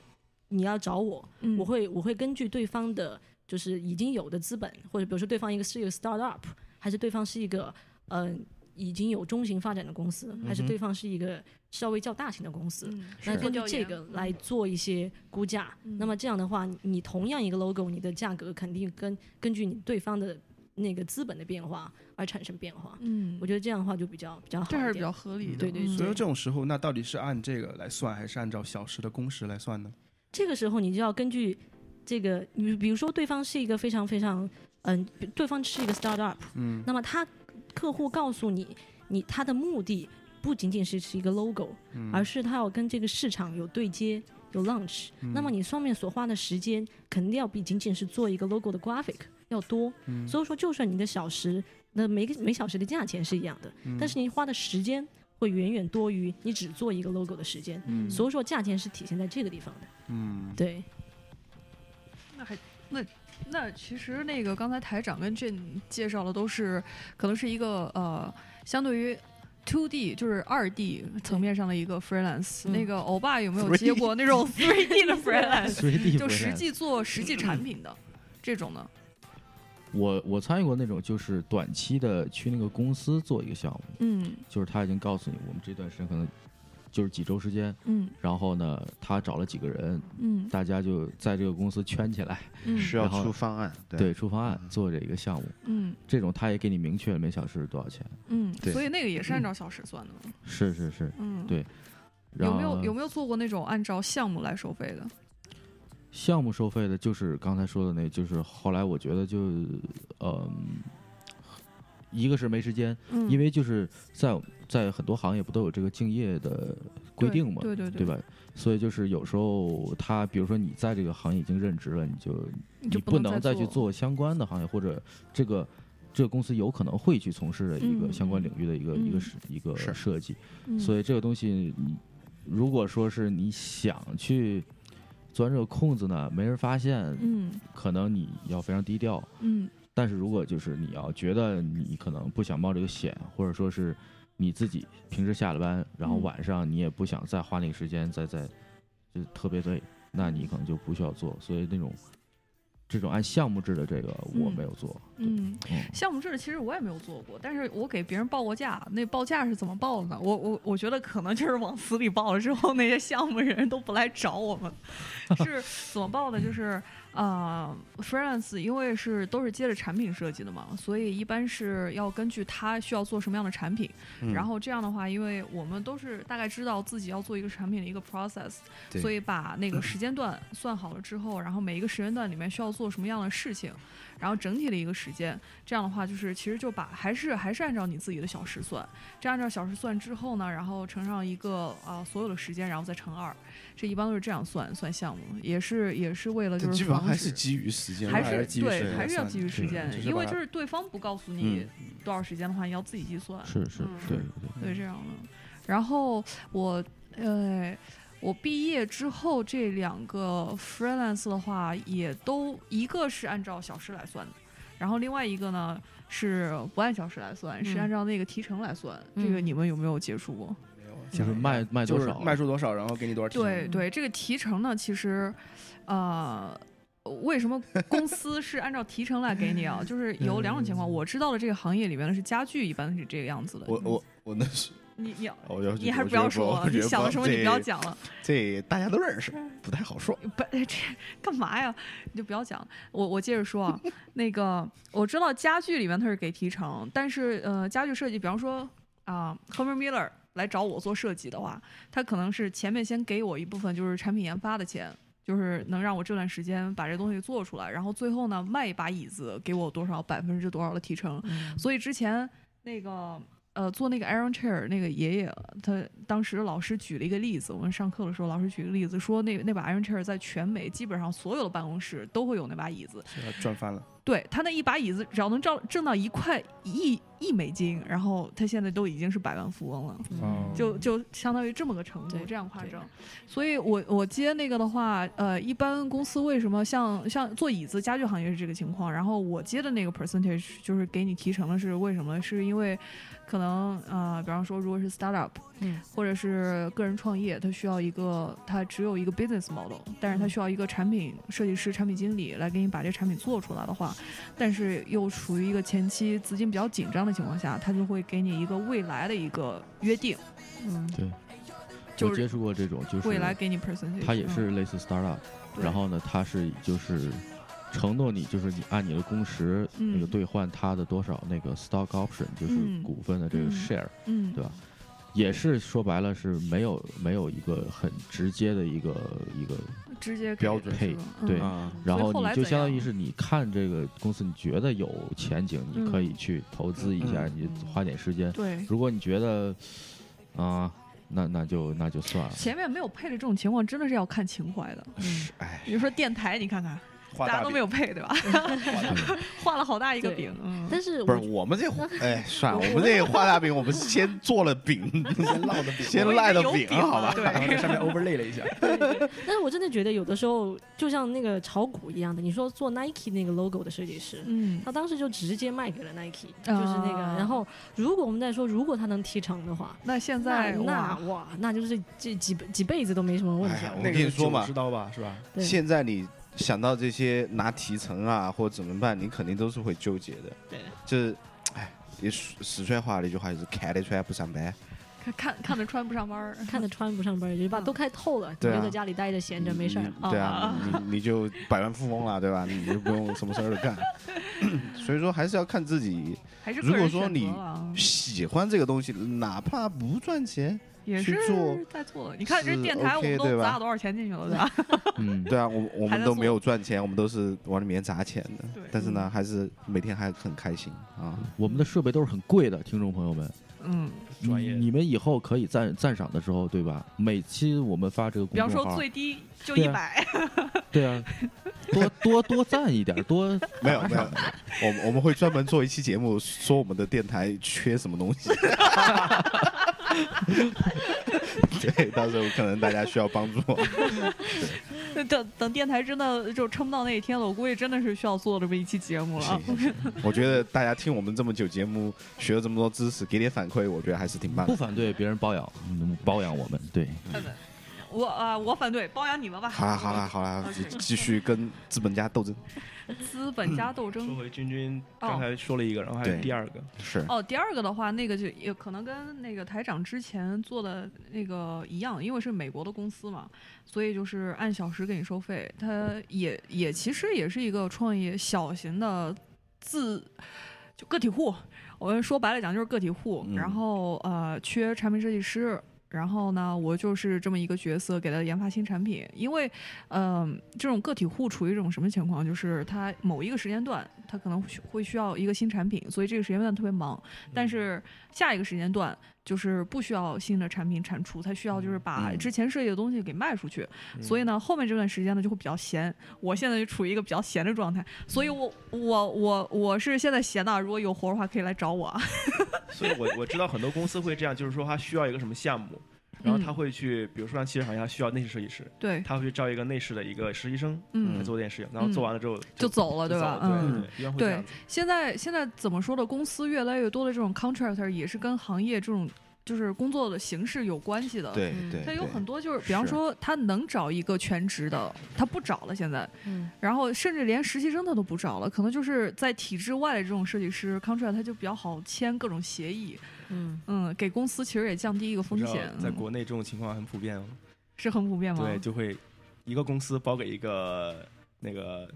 Speaker 1: 你要找我，
Speaker 2: 嗯
Speaker 1: 我会我会根据对方的，就是已经有的资本，或者比如说对方一个是一个 startup，还是对方是一个嗯、呃已经有中型发展的公司，还是
Speaker 3: 嗯哼
Speaker 1: 对方是一个稍微较大型的公司，
Speaker 2: 嗯
Speaker 1: 那
Speaker 3: 是
Speaker 1: 根据
Speaker 2: 调
Speaker 1: 这
Speaker 2: 研
Speaker 1: 个来做一些估价。
Speaker 2: 嗯
Speaker 1: 那么这样的话，你你同样一个 logo，你的价格肯定跟根据你对方的那个资本的变化而产生变化。
Speaker 2: 嗯
Speaker 1: 我觉得这样的话就比较比较好一
Speaker 2: 这
Speaker 1: 点，
Speaker 2: 还是比较合理的，
Speaker 1: 对对
Speaker 2: 嗯
Speaker 1: 对
Speaker 5: 所以说这种时候，那到底是按这个来算，还是按照小时的工时来算呢？
Speaker 1: 这个时候你就要根据这个，你比如说对方是一个非常非常，嗯，对方是一个 startup，
Speaker 5: 嗯，
Speaker 1: 那么他客户告诉你，你他的目的不仅仅是是一个 logo，、
Speaker 5: 嗯
Speaker 1: 而是他要跟这个市场有对接。有 launch，、那
Speaker 5: 嗯
Speaker 1: 么你上面所花的时间肯定要比仅仅是做一个 logo 的 graphic 要多，
Speaker 5: 嗯
Speaker 1: 所以说就算你的小时，那每个每小时的价钱是一样的，
Speaker 5: 嗯
Speaker 2: 嗯
Speaker 1: 但是你花的时间会远远多于你只做一个 logo 的时间，
Speaker 5: 嗯
Speaker 1: 所以说价钱是体现在这个地方的。
Speaker 5: 嗯，
Speaker 1: 对，
Speaker 2: 那还那那其实那个刚才台长跟 Jane 介绍的都是，可能是一个呃，相对于 two D 就是二 D 层面上的一个 freelance、
Speaker 1: 嗯
Speaker 2: 那个欧巴有没有接过那种
Speaker 1: [laughs]
Speaker 2: three D 的 freelance？[laughs]
Speaker 6: 随地
Speaker 2: 就
Speaker 6: 不
Speaker 2: 实
Speaker 6: 染
Speaker 2: 际做实际产品的这种呢？
Speaker 6: 我我参与过那种就是短期的去那个公司做一个项目，
Speaker 2: 嗯
Speaker 6: 就是他已经告诉你我们这段时间可能就是几周时间，
Speaker 2: 嗯
Speaker 6: 然后呢他找了几个人，
Speaker 2: 嗯
Speaker 6: 大家就在这个公司圈起来，
Speaker 2: 嗯
Speaker 3: 需要
Speaker 6: 然后
Speaker 3: 出方案，
Speaker 6: 对，出方案做这一个项目，
Speaker 2: 嗯
Speaker 6: 这种他也给你明确每小时是多少钱，
Speaker 2: 嗯，
Speaker 3: 对
Speaker 2: 所以那个也是按照小时算的嘛。
Speaker 6: 是是是，
Speaker 2: 嗯，
Speaker 6: 对然
Speaker 2: 有
Speaker 6: 后
Speaker 2: 没有有没有做过那种按照项目来收费的？
Speaker 6: 项目收费的，就是刚才说的那，就是后来我觉得就，呃，一个是没时间，
Speaker 2: 嗯，
Speaker 6: 因为就是在在很多行业不都有这个敬业的规定嘛，
Speaker 2: 对对对
Speaker 6: 吧？所以就是有时候他，比如说你在这个行业已经任职了，你就
Speaker 2: 你就
Speaker 6: 不
Speaker 2: 能
Speaker 6: 能再去
Speaker 2: 做。
Speaker 6: 做相关的行业，或者这个这个公司有可能会去从事的一
Speaker 2: 嗯
Speaker 6: 个相关领域的一个、一
Speaker 2: 嗯
Speaker 6: 个是一个
Speaker 3: 是
Speaker 6: 设计。
Speaker 2: 嗯
Speaker 6: 所以这个东西，你如果说是你想去钻这个空子呢，没人发现，
Speaker 2: 嗯
Speaker 6: 可能你要非常低调。
Speaker 2: 嗯
Speaker 6: 但是如果就是你要觉得你可能不想冒这个险，或者说是你自己平时下了班，然后
Speaker 2: 嗯
Speaker 6: 晚上你也不想再花那个时间再再就特别累，那你可能就不需要做。所以那种这种按项目制的这个我
Speaker 2: 嗯
Speaker 6: 没有做，
Speaker 2: 嗯，
Speaker 6: 对，嗯
Speaker 2: 项目制的其实我也没有做过，但是我给别人报过价，那报价是怎么报的呢？我我我觉得可能就是往死里报了之后，那些项目人都不来找我们，是
Speaker 6: [laughs]
Speaker 2: 怎么报的？就是啊、呃、，freelance 因为是都是接着产品设计的嘛，所以一般是要根据他需要做什么样的产品，
Speaker 3: 嗯
Speaker 2: 然后这样的话，因为我们都是大概知道自己要做一个产品的一个 process，
Speaker 3: 对
Speaker 2: 所以把那个时间段算好了之后，然后每一个时间段里面需要做什么样的事情，然后整体的一个时间，这样的话就是其实就把还是还是按照你自己的小时算，这样按照小时算之后呢，然后乘上一个啊、所有的时间，然后再乘二，这一般都是这样算算项目，也是也是为了就
Speaker 3: 但
Speaker 2: 是
Speaker 3: 基本上
Speaker 2: 防
Speaker 3: 还
Speaker 2: 止
Speaker 3: 是基于时间，
Speaker 2: 还
Speaker 5: 还是
Speaker 2: 是
Speaker 5: 基于时
Speaker 2: 对，
Speaker 5: 间
Speaker 2: 还是要
Speaker 5: 算
Speaker 2: 基于时
Speaker 6: 对
Speaker 2: 间
Speaker 5: 就，是
Speaker 2: 因为
Speaker 5: 把
Speaker 2: 就是对方不告诉你
Speaker 3: 嗯
Speaker 2: 多少时间的话，你要自己计算。
Speaker 6: 是是
Speaker 2: 嗯，
Speaker 6: 对对对。
Speaker 2: 对，这样的。然后我，呃，我毕业之后这两个 freelance 的话，也都一个是按照小时来算的，然后另外一个呢是不按小时来算，是
Speaker 1: 嗯
Speaker 2: 按照那个提成来算。这个
Speaker 1: 嗯
Speaker 2: 你们有没有接触过？
Speaker 5: 没有
Speaker 6: 就是
Speaker 2: 哎
Speaker 6: 卖卖
Speaker 5: 就
Speaker 6: 多
Speaker 5: 是
Speaker 6: 少，
Speaker 5: 卖出多少，然后给你多少提成。
Speaker 2: 对对，这个提成呢，其实，呃。为什么公司是按照提成来给你啊？就是有两种情况，我知道的这个行业里面呢是家具一般是这个样子的。
Speaker 3: 我
Speaker 2: 你
Speaker 3: 我呃我那是，
Speaker 2: 你你
Speaker 3: 我哦要
Speaker 2: 哎你还是不要说
Speaker 3: [laughs]
Speaker 2: 了，你想的什么你不要，讲嗯了。
Speaker 3: 这大家都认识，不太好说。
Speaker 2: 不， [laughs] 这干嘛呀？你就不要讲了。我我接着说啊，那个我知道家具里面它是给提成，但是呃，家具设计，比方说啊、h e r m e Miller 来找我做设计的话，他可能是前面先给我一部分就是产品研发的钱，就是能让我这段时间把这东西做出来，然后最后呢卖一把椅子给我多少百分之多少的提成。
Speaker 3: 嗯
Speaker 2: 所以之前那个呃做那个 Iron Chair 那个爷爷，他当时老师举了一个例子，我们上课的时候老师举了个例子，说那那把 Iron Chair 在全美基本上所有的办公室都会有那把椅子，
Speaker 5: 是要呃赚翻了。
Speaker 2: 对他那一把椅子只要能挣挣到一块一亿美金，然后他现在都已经是百万富翁了。
Speaker 5: 哦
Speaker 2: 就就相当于这么个程
Speaker 1: 嗯
Speaker 2: 度，
Speaker 1: 对
Speaker 2: 这样夸
Speaker 1: 对。
Speaker 2: 张所以我我接那个的话，呃，一般公司为什么像像做椅子家具行业是这个情况，然后我接的那个 percentage 就是给你提成的是为什么？是因为可能呃，比方说如果是 startup，
Speaker 1: 嗯
Speaker 2: 或者是个人创业，它需要一个它只有一个 business model，但是它需要一个产品设计师、产品经理来给你把这产品做出来的话，但是又处于一个前期资金比较紧张的情况下，他就会给你一个未来的一个约定。
Speaker 1: 嗯
Speaker 2: 就
Speaker 6: 我
Speaker 2: 是
Speaker 6: 接触过这种，就是
Speaker 2: 未来给你 percentage，
Speaker 6: 它也是
Speaker 2: 嗯
Speaker 6: 类似 startup，、
Speaker 2: 对
Speaker 6: 然后呢，它是就是承诺你，就是你按你的工时、
Speaker 2: 嗯
Speaker 6: 那个兑换它的多少那个 stock option，就是
Speaker 2: 嗯
Speaker 6: 股份的这个
Speaker 2: 嗯
Speaker 6: share，、
Speaker 2: 嗯，
Speaker 6: 对吧？也是说白了是没有没有一个很直接的一个一个，
Speaker 2: 直接
Speaker 3: 标准
Speaker 6: 配
Speaker 2: 嗯
Speaker 6: 对
Speaker 3: 啊，
Speaker 6: 然
Speaker 2: 所以
Speaker 6: 后
Speaker 2: 后来
Speaker 6: 你就
Speaker 2: 怎
Speaker 6: 相当于
Speaker 2: 样
Speaker 6: 是你看这个公司，你觉得有前景，你可以
Speaker 2: 嗯
Speaker 6: 去投资一下，
Speaker 2: 嗯
Speaker 6: 你就花点时间。
Speaker 2: 对。
Speaker 6: 如果你觉得啊、那那就那就算了。
Speaker 2: 前面没有配的这种情况，真的是要看情怀的。
Speaker 1: 嗯
Speaker 3: 哎，
Speaker 2: 比如说电台，你看看，
Speaker 5: 画
Speaker 2: 大家
Speaker 5: 大
Speaker 2: 都没
Speaker 5: 饼，
Speaker 2: 有配对吧？ [laughs]
Speaker 5: 画大饼
Speaker 2: 画了好大一个
Speaker 1: 对
Speaker 2: 饼，
Speaker 1: [laughs]
Speaker 2: 嗯，
Speaker 1: 但是
Speaker 3: 不是
Speaker 1: 我
Speaker 3: 我们这
Speaker 1: 那，
Speaker 3: 哎，算了，我们这画大饼，我们是先做了
Speaker 2: [laughs]
Speaker 3: 饼，
Speaker 5: [laughs] 先烙的 [laughs] 饼，
Speaker 3: 先
Speaker 2: 我以为
Speaker 3: 赖的
Speaker 2: 有
Speaker 3: 饼
Speaker 2: 饼
Speaker 3: 好
Speaker 2: 了
Speaker 3: 吧
Speaker 5: 然后 [laughs]
Speaker 2: 对，
Speaker 5: 在上面 overlay 了一下，
Speaker 1: [laughs] 但是我真的觉得有的时候就像那个炒股一样的，你说做 Nike 那个 logo 的设计师，
Speaker 2: 嗯，
Speaker 1: 他当时就直接卖给了 Nike，就是那个。
Speaker 2: 啊
Speaker 1: 然后，如果我们再说，如果他能踢成的话，
Speaker 2: 那现
Speaker 1: 那
Speaker 2: 在
Speaker 1: 那
Speaker 2: 哇，
Speaker 1: 哇，那就是这几几辈子都没什么问题
Speaker 3: 哎呀
Speaker 1: 了。
Speaker 3: 我跟你说嘛
Speaker 5: 知道吧，是吧？
Speaker 1: 对
Speaker 3: 现在你想到这些拿提成啊或者怎么办，你肯定都是会纠结的。
Speaker 1: 对，
Speaker 3: 就是，哎，你四四川话的一句话就是看得出来不上班。
Speaker 2: 看看看着穿不上班儿，
Speaker 1: 看他穿不上班，就是把
Speaker 2: 嗯
Speaker 1: 都看透了，你
Speaker 3: 对啊
Speaker 1: 就在家里待着闲着没事儿了。
Speaker 3: 你对啊，你你就百万富翁了，对吧？你就不用什么事儿都
Speaker 2: [laughs]
Speaker 3: 干。 [coughs] 所以说还是要看自己
Speaker 2: [laughs] 还是
Speaker 3: 如
Speaker 2: 个人
Speaker 3: 果说
Speaker 2: 选择
Speaker 3: 你
Speaker 2: 了啊
Speaker 3: 喜欢这个东西，哪怕不赚钱，
Speaker 2: 也
Speaker 3: 去
Speaker 2: 是
Speaker 3: 做
Speaker 2: 在做的。你看这
Speaker 3: 是
Speaker 2: 电台，我
Speaker 3: OK，
Speaker 2: 们都
Speaker 3: 对吧
Speaker 2: 砸了多少钱进去了，
Speaker 3: [laughs]
Speaker 2: 对吧？ [laughs]
Speaker 6: 嗯，
Speaker 3: 对啊，我我
Speaker 2: 还在
Speaker 3: 们
Speaker 2: 做
Speaker 3: 都没有赚钱，我们都是往里面砸钱的
Speaker 2: 对。
Speaker 3: 但是呢，还是每天还很开心啊。
Speaker 6: 我们的设备都是很贵的，听众朋友们，
Speaker 2: 嗯，
Speaker 5: 专业的
Speaker 6: 你们以后可以赞赞赏的时候，对吧？每期我们发这个
Speaker 2: 比
Speaker 6: 公
Speaker 2: 方
Speaker 6: 众
Speaker 2: 说
Speaker 6: 号，
Speaker 2: 最低就
Speaker 6: 对
Speaker 2: 一
Speaker 6: 啊
Speaker 2: 百，[laughs]
Speaker 6: 对啊，多多多赞一点，多
Speaker 3: [laughs] 没有没有，我们我们会专门做一期节目，说我们的电台缺什么东西。对，到时候可能大家需要帮助。
Speaker 2: 等等电台真的就撑不到那一天了，我估计真的是需要做这么一期节目了啊。
Speaker 3: 行行行我觉得大家听我们这么久节目，学了这么多知识，给点反馈，我觉得还是挺棒
Speaker 6: 不
Speaker 3: 的。
Speaker 6: 反对别人包养嗯包养我们，对，
Speaker 2: 我啊，我反对，包养你们吧。
Speaker 3: 好啦啊好啦好啦，继继续跟资本家斗争。
Speaker 2: 资本家斗
Speaker 5: 说
Speaker 3: [clears throat]
Speaker 2: 争。
Speaker 5: 回君君刚才说了一个，然后还有
Speaker 3: 对
Speaker 5: 第二个，
Speaker 3: 是，
Speaker 2: 哦，第二个的话，那个就也可能跟那个台长之前做的那个一样，因为是美国的公司嘛，所以就是按小时给你收费。它也也其实也是一个创业小型的自就个体户，我们说白了讲就是个体户。
Speaker 3: 嗯
Speaker 2: 然后呃，缺产品设计师，然后呢，我就是这么一个角色，给他研发新产品。因为，嗯、这种个体户处于一种什么情况？就是他某一个时间段，他可能会需会需要一个新产品，所以这个时间段特别忙。
Speaker 5: 嗯
Speaker 2: 但是下一个时间段就是不需要新的产品产出，他需要就是把
Speaker 3: 嗯
Speaker 2: 之前设计的东西给卖出去。
Speaker 5: 嗯
Speaker 2: 所以呢，后面这段时间呢就会比较闲。我现在就处于一个比较闲的状态，所
Speaker 5: 嗯
Speaker 2: 以我我我我是现在闲的，如果有活儿的话可以来找我啊。
Speaker 5: 所以我我知道很多公司会这样，就是说他需要一个什么项目， [laughs] 然后他
Speaker 2: 嗯
Speaker 5: 会去，比如说像汽车行业，他需要内饰设计师，
Speaker 2: [laughs] 对，
Speaker 5: 他会去招一个内饰的一个实习生
Speaker 2: 嗯
Speaker 5: 来做这件事情，然后做完了之后
Speaker 2: 就走了，
Speaker 5: 就
Speaker 2: 对吧？
Speaker 5: 走了
Speaker 2: 嗯。
Speaker 5: 对对，一般会这样子。
Speaker 2: 现在现在怎么说的？公司越来越多的这种 contractor 也是跟行业这种就是工作的形式有关系的。，
Speaker 3: 对
Speaker 1: 嗯
Speaker 3: 对
Speaker 2: 他有
Speaker 3: 对
Speaker 2: 很多就是，比方
Speaker 3: 是
Speaker 2: 说他能找一个全职的，他不找了现在，
Speaker 1: 嗯，
Speaker 2: 然后甚至连实习生他都不找了，可能就是在体制外的这种设计师 contract 他就比较好签各种协议，
Speaker 1: 嗯，
Speaker 2: 嗯，给公司其实也降低一个
Speaker 5: 不
Speaker 2: 风
Speaker 5: 知道
Speaker 2: 险，
Speaker 5: 在
Speaker 2: 嗯
Speaker 5: 国内这种情况很普遍哦，
Speaker 2: 是很普遍吗？
Speaker 5: 对，就会一个公司包给一个那个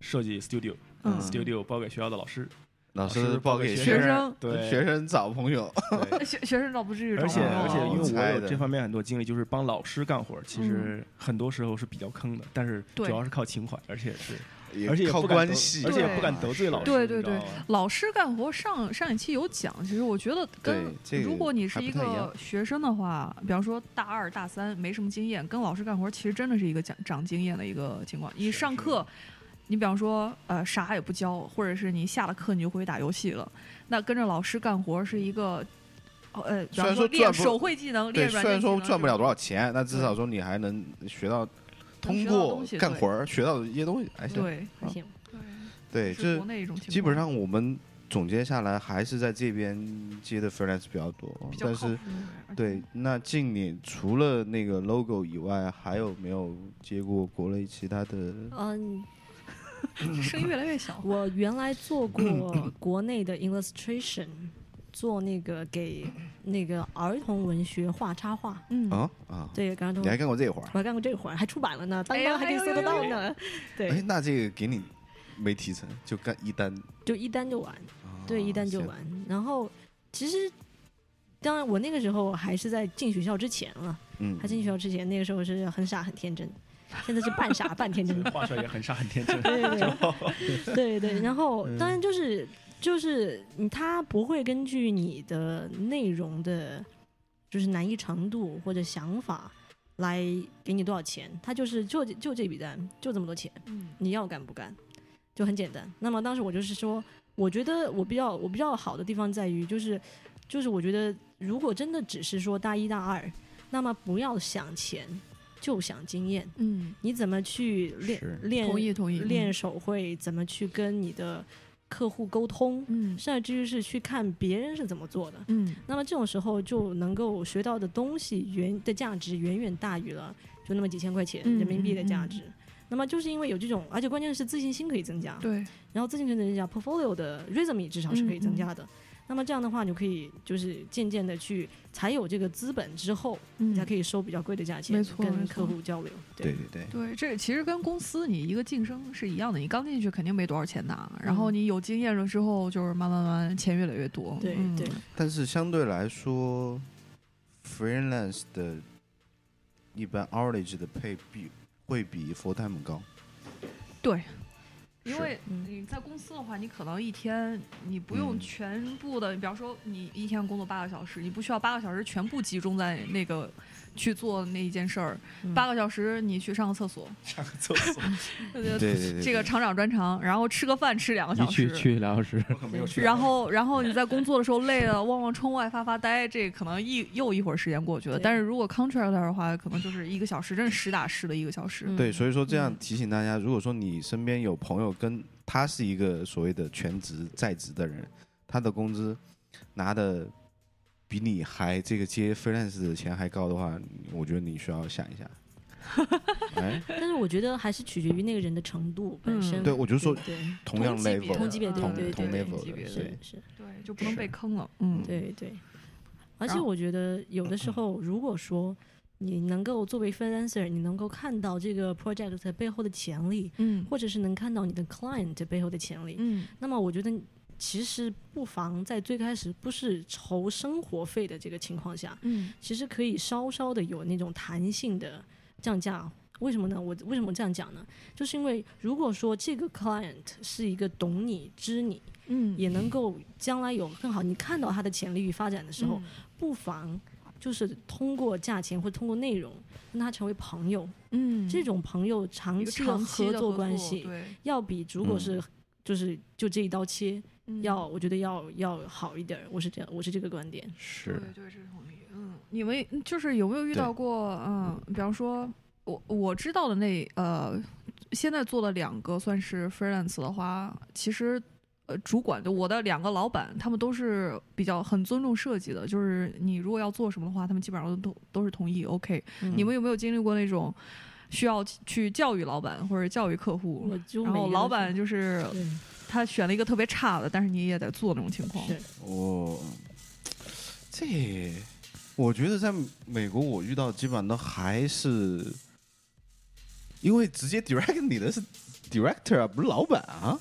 Speaker 5: 设计 studio，
Speaker 2: 嗯
Speaker 5: studio 包给学校的老师，
Speaker 3: 老
Speaker 5: 老
Speaker 3: 师
Speaker 5: 师
Speaker 3: 报
Speaker 5: 报给
Speaker 3: 给
Speaker 5: 学
Speaker 2: 学
Speaker 3: 生，
Speaker 2: 生
Speaker 5: 对，
Speaker 3: 学生找朋
Speaker 5: [laughs]
Speaker 3: 友， [laughs]
Speaker 5: 对
Speaker 2: 学学生倒不至于找啊
Speaker 5: 而且
Speaker 2: 我
Speaker 5: 而且，因
Speaker 3: 我
Speaker 5: 为
Speaker 3: 猜
Speaker 5: 我有
Speaker 3: 的
Speaker 5: 这方面很多经历，就是帮老师干活儿，其实很多时候是比较坑的，但是主
Speaker 2: 嗯对
Speaker 5: 要是靠情怀，而且是
Speaker 3: 也
Speaker 5: 而且也
Speaker 3: 靠
Speaker 5: 不敢
Speaker 3: 关
Speaker 5: 得
Speaker 3: 系，
Speaker 5: 而且也
Speaker 2: 对
Speaker 5: 不敢得罪老师，
Speaker 2: 对
Speaker 5: 你
Speaker 2: 对
Speaker 5: 知
Speaker 2: 对
Speaker 5: 道吗
Speaker 2: 老师干活上上一期有讲，其实我觉得跟
Speaker 3: 对这个
Speaker 2: 如果你是
Speaker 3: 还不
Speaker 2: 一
Speaker 3: 太一
Speaker 2: 个
Speaker 3: 样
Speaker 2: 学生的话，比方说大二大三没什么经验，跟老师干活其实真的是一个长长经验的一个情况。你
Speaker 5: 是
Speaker 2: 上
Speaker 5: 是
Speaker 2: 课，你比方说呃啥也不教，或者是你下了课你就回去打游戏了，那跟着老师干活是一个。呃，比
Speaker 3: 嗯虽
Speaker 2: 方
Speaker 3: 然说
Speaker 2: 练
Speaker 3: 赚不
Speaker 2: 手绘技能，
Speaker 3: 对，
Speaker 2: 练
Speaker 3: 虽
Speaker 2: 软件
Speaker 3: 然
Speaker 2: 技
Speaker 3: 说
Speaker 2: 能
Speaker 3: 赚不
Speaker 2: 这
Speaker 3: 了
Speaker 2: 种
Speaker 3: 多少钱，但至少说你还能学到通
Speaker 2: 学到
Speaker 3: 过
Speaker 2: 东西
Speaker 3: 干
Speaker 2: 对
Speaker 3: 活儿学到一些东西，还哎行。
Speaker 2: 对
Speaker 1: 还行，
Speaker 3: 对，
Speaker 2: 是
Speaker 3: 这
Speaker 2: 国内一种情况，
Speaker 3: 基本上我们总结下来还是在这边接的 freelance 比较多，
Speaker 2: 比较
Speaker 3: 但
Speaker 2: 靠
Speaker 3: 是
Speaker 2: 谱嗯而且
Speaker 3: 对，那近年除了那个 logo 以外，还有没有接过国内其他的？
Speaker 1: 嗯，
Speaker 3: 嗯
Speaker 2: 声音越来越小。
Speaker 1: 我原来做过
Speaker 3: [clears throat]
Speaker 1: 国内的 illustration，做那个给那个儿童文学画插画，
Speaker 2: 嗯，
Speaker 3: 啊啊，
Speaker 1: 对，儿童
Speaker 3: 你还干过这活儿？
Speaker 1: 我还干过这活儿，还出版了呢，当
Speaker 2: 哎呀
Speaker 1: 当还可以搜得到呢。
Speaker 3: 哎
Speaker 1: 对，，
Speaker 3: 那这个给你没提成，就干一单。
Speaker 1: 就一单就完，对，
Speaker 3: 啊
Speaker 1: 一单就
Speaker 3: 行
Speaker 1: 完。然后其实，当然我那个时候还是在进学校之前了，
Speaker 3: 嗯，
Speaker 1: 还进学校之前，那个时候是很傻很天真，现在是半傻半天真。
Speaker 5: 话说也很傻很
Speaker 2: [laughs]
Speaker 5: 天真，
Speaker 1: 对对对对对，然后当然就是就是你他不会根据你的内容的，就是难易程度或者想法来给你多少钱，他就是就就这笔单就这么多钱，
Speaker 2: 嗯
Speaker 1: 你要干不干，就很简单。那么当时我就是说，我觉得我比较我比较好的地方在于就是就是我觉得如果真的只是说大一大二，那么不要想钱，就想经验。
Speaker 2: 嗯，
Speaker 1: 你怎么去
Speaker 6: 是
Speaker 1: 练练
Speaker 2: 同意同意，嗯
Speaker 1: 练手绘，怎么去跟你的客户沟通，
Speaker 2: 嗯
Speaker 1: 甚至是去看别人是怎么做的。
Speaker 2: 嗯
Speaker 1: 那么这种时候就能够学到的东西原的价值远远大于了就那么几千块钱
Speaker 2: 嗯
Speaker 1: 人民币的价
Speaker 2: 嗯嗯
Speaker 1: 值。那么就是因为有这种，而且关键是自信心可以增加，
Speaker 2: 对，嗯
Speaker 1: 然后自信心增加，portfolio 的 resume 至少是可以增加的。那么这样的话，你就可以就是渐渐的去才有这个资本之后，
Speaker 2: 嗯
Speaker 1: 你才可以收比较贵的价钱，
Speaker 2: 没错没
Speaker 1: 跟
Speaker 2: 错
Speaker 1: 客户交流。
Speaker 3: 对对对，
Speaker 2: 对，这其实跟公司你一个晋升是一样的，你刚进去肯定没多少钱拿，然后
Speaker 1: 嗯
Speaker 2: 你有经验了之后，就是慢慢慢慢钱越来越多。
Speaker 1: 对
Speaker 2: 嗯
Speaker 1: 对
Speaker 3: 但是相对来说，freelance 的一般 hourly 的配比会比 full time 高。
Speaker 2: 因
Speaker 3: 是
Speaker 2: 为
Speaker 1: 嗯
Speaker 2: 你在公司的话，你可能一天你不用
Speaker 3: 嗯
Speaker 2: 全部的，比方说你一天工作八个小时，你不需要八个小时全部集中在那个去做那一件事儿，
Speaker 1: 嗯
Speaker 2: 八个小时你去上个厕所，
Speaker 5: 上个厕所，
Speaker 2: 对 [laughs] 对
Speaker 3: 对 [laughs] 对对，
Speaker 2: 这个厂长专长，然后吃个饭吃两个
Speaker 6: 一
Speaker 2: 小
Speaker 6: 去
Speaker 2: 时，
Speaker 6: 去俩小时， [laughs]
Speaker 5: 我可没有去。啊
Speaker 2: 然后，然后你在工作的时候累了，望望窗外发发呆，这可能一又一会儿时间过去了。
Speaker 1: 对
Speaker 2: 但是如果 contractor 的话，可能就是一个小时，真是实打实的一个小时。
Speaker 1: 嗯
Speaker 3: 对，所以说这样
Speaker 1: 嗯
Speaker 3: 提醒大家，如果说你身边有朋友跟他是一个所谓的全职在职的人，他的工资拿的比你还这个接 freelance 的钱还高的话，我觉得你需要想
Speaker 1: [laughs]
Speaker 3: 一下。哎，
Speaker 1: 但是我觉得还是取决于那个人的程度本
Speaker 2: 嗯
Speaker 1: 身。
Speaker 3: 对，我就说
Speaker 1: 对，
Speaker 3: 同样
Speaker 2: 同级别
Speaker 3: level，
Speaker 2: 的
Speaker 1: 同级别对
Speaker 3: 同
Speaker 1: 对
Speaker 3: 同
Speaker 1: 对
Speaker 3: level
Speaker 2: 级别
Speaker 3: 的，
Speaker 2: 的
Speaker 3: 对嗯
Speaker 1: 是，是，
Speaker 2: 对，就不能
Speaker 3: 是
Speaker 2: 被坑了。嗯，
Speaker 1: 对对。而
Speaker 2: 然
Speaker 1: 且
Speaker 2: 后
Speaker 1: 我觉得有的时候，如果说你能够作为 freelancer，你能够看到这个 project 背后的潜力，
Speaker 2: 嗯
Speaker 1: 或者是能看到你的 client 背后的潜力，
Speaker 2: 嗯，
Speaker 1: 那么我觉得其实不妨在最开始不是愁生活费的这个情况下，
Speaker 2: 嗯，
Speaker 1: 其实可以稍稍的有那种弹性的降价。为什么呢？我为什么这样讲呢？就是因为如果说这个 client 是一个懂你、知你，
Speaker 2: 嗯，
Speaker 1: 也能够将来有更好，你看到他的潜力与发展的时候，
Speaker 2: 嗯，
Speaker 1: 不妨就是通过价钱或通过内容跟他成为朋友。
Speaker 2: 嗯，
Speaker 1: 这种朋友长
Speaker 2: 一个
Speaker 1: 期的
Speaker 2: 长期
Speaker 1: 合
Speaker 2: 的合
Speaker 1: 作
Speaker 2: 作
Speaker 1: 关系，
Speaker 2: 对，
Speaker 1: 要比如果是、就是就这一刀切，
Speaker 2: 嗯
Speaker 1: 要我觉得要要好一点儿。我是这样，我是这个观点。
Speaker 2: 对
Speaker 3: 是
Speaker 2: 对，这同意。嗯，你们就是有没有遇
Speaker 3: 对
Speaker 2: 到过？嗯，比方说，我我知道的那呃，现在做的两个算是 freelance 的话，其实呃，主管就我的两个老板，他们都是比较很尊重设计的，就是你如果要做什么的话，他们基本上都都是同意 OK。你嗯
Speaker 1: 嗯
Speaker 2: 们有没有经历过那种？需要去教育老板或者教育客户
Speaker 1: 我，就
Speaker 2: 然
Speaker 1: 每一
Speaker 2: 后
Speaker 1: 个
Speaker 2: 老
Speaker 1: 都
Speaker 2: 板就是
Speaker 1: 对
Speaker 2: 他选了一个特别差的，但是你也得做那种情况。
Speaker 1: 是
Speaker 3: 我哦这，我觉得在美国我遇到基本上都还是，因为直接 direct [laughs] 你的是 director 啊，不是老板啊。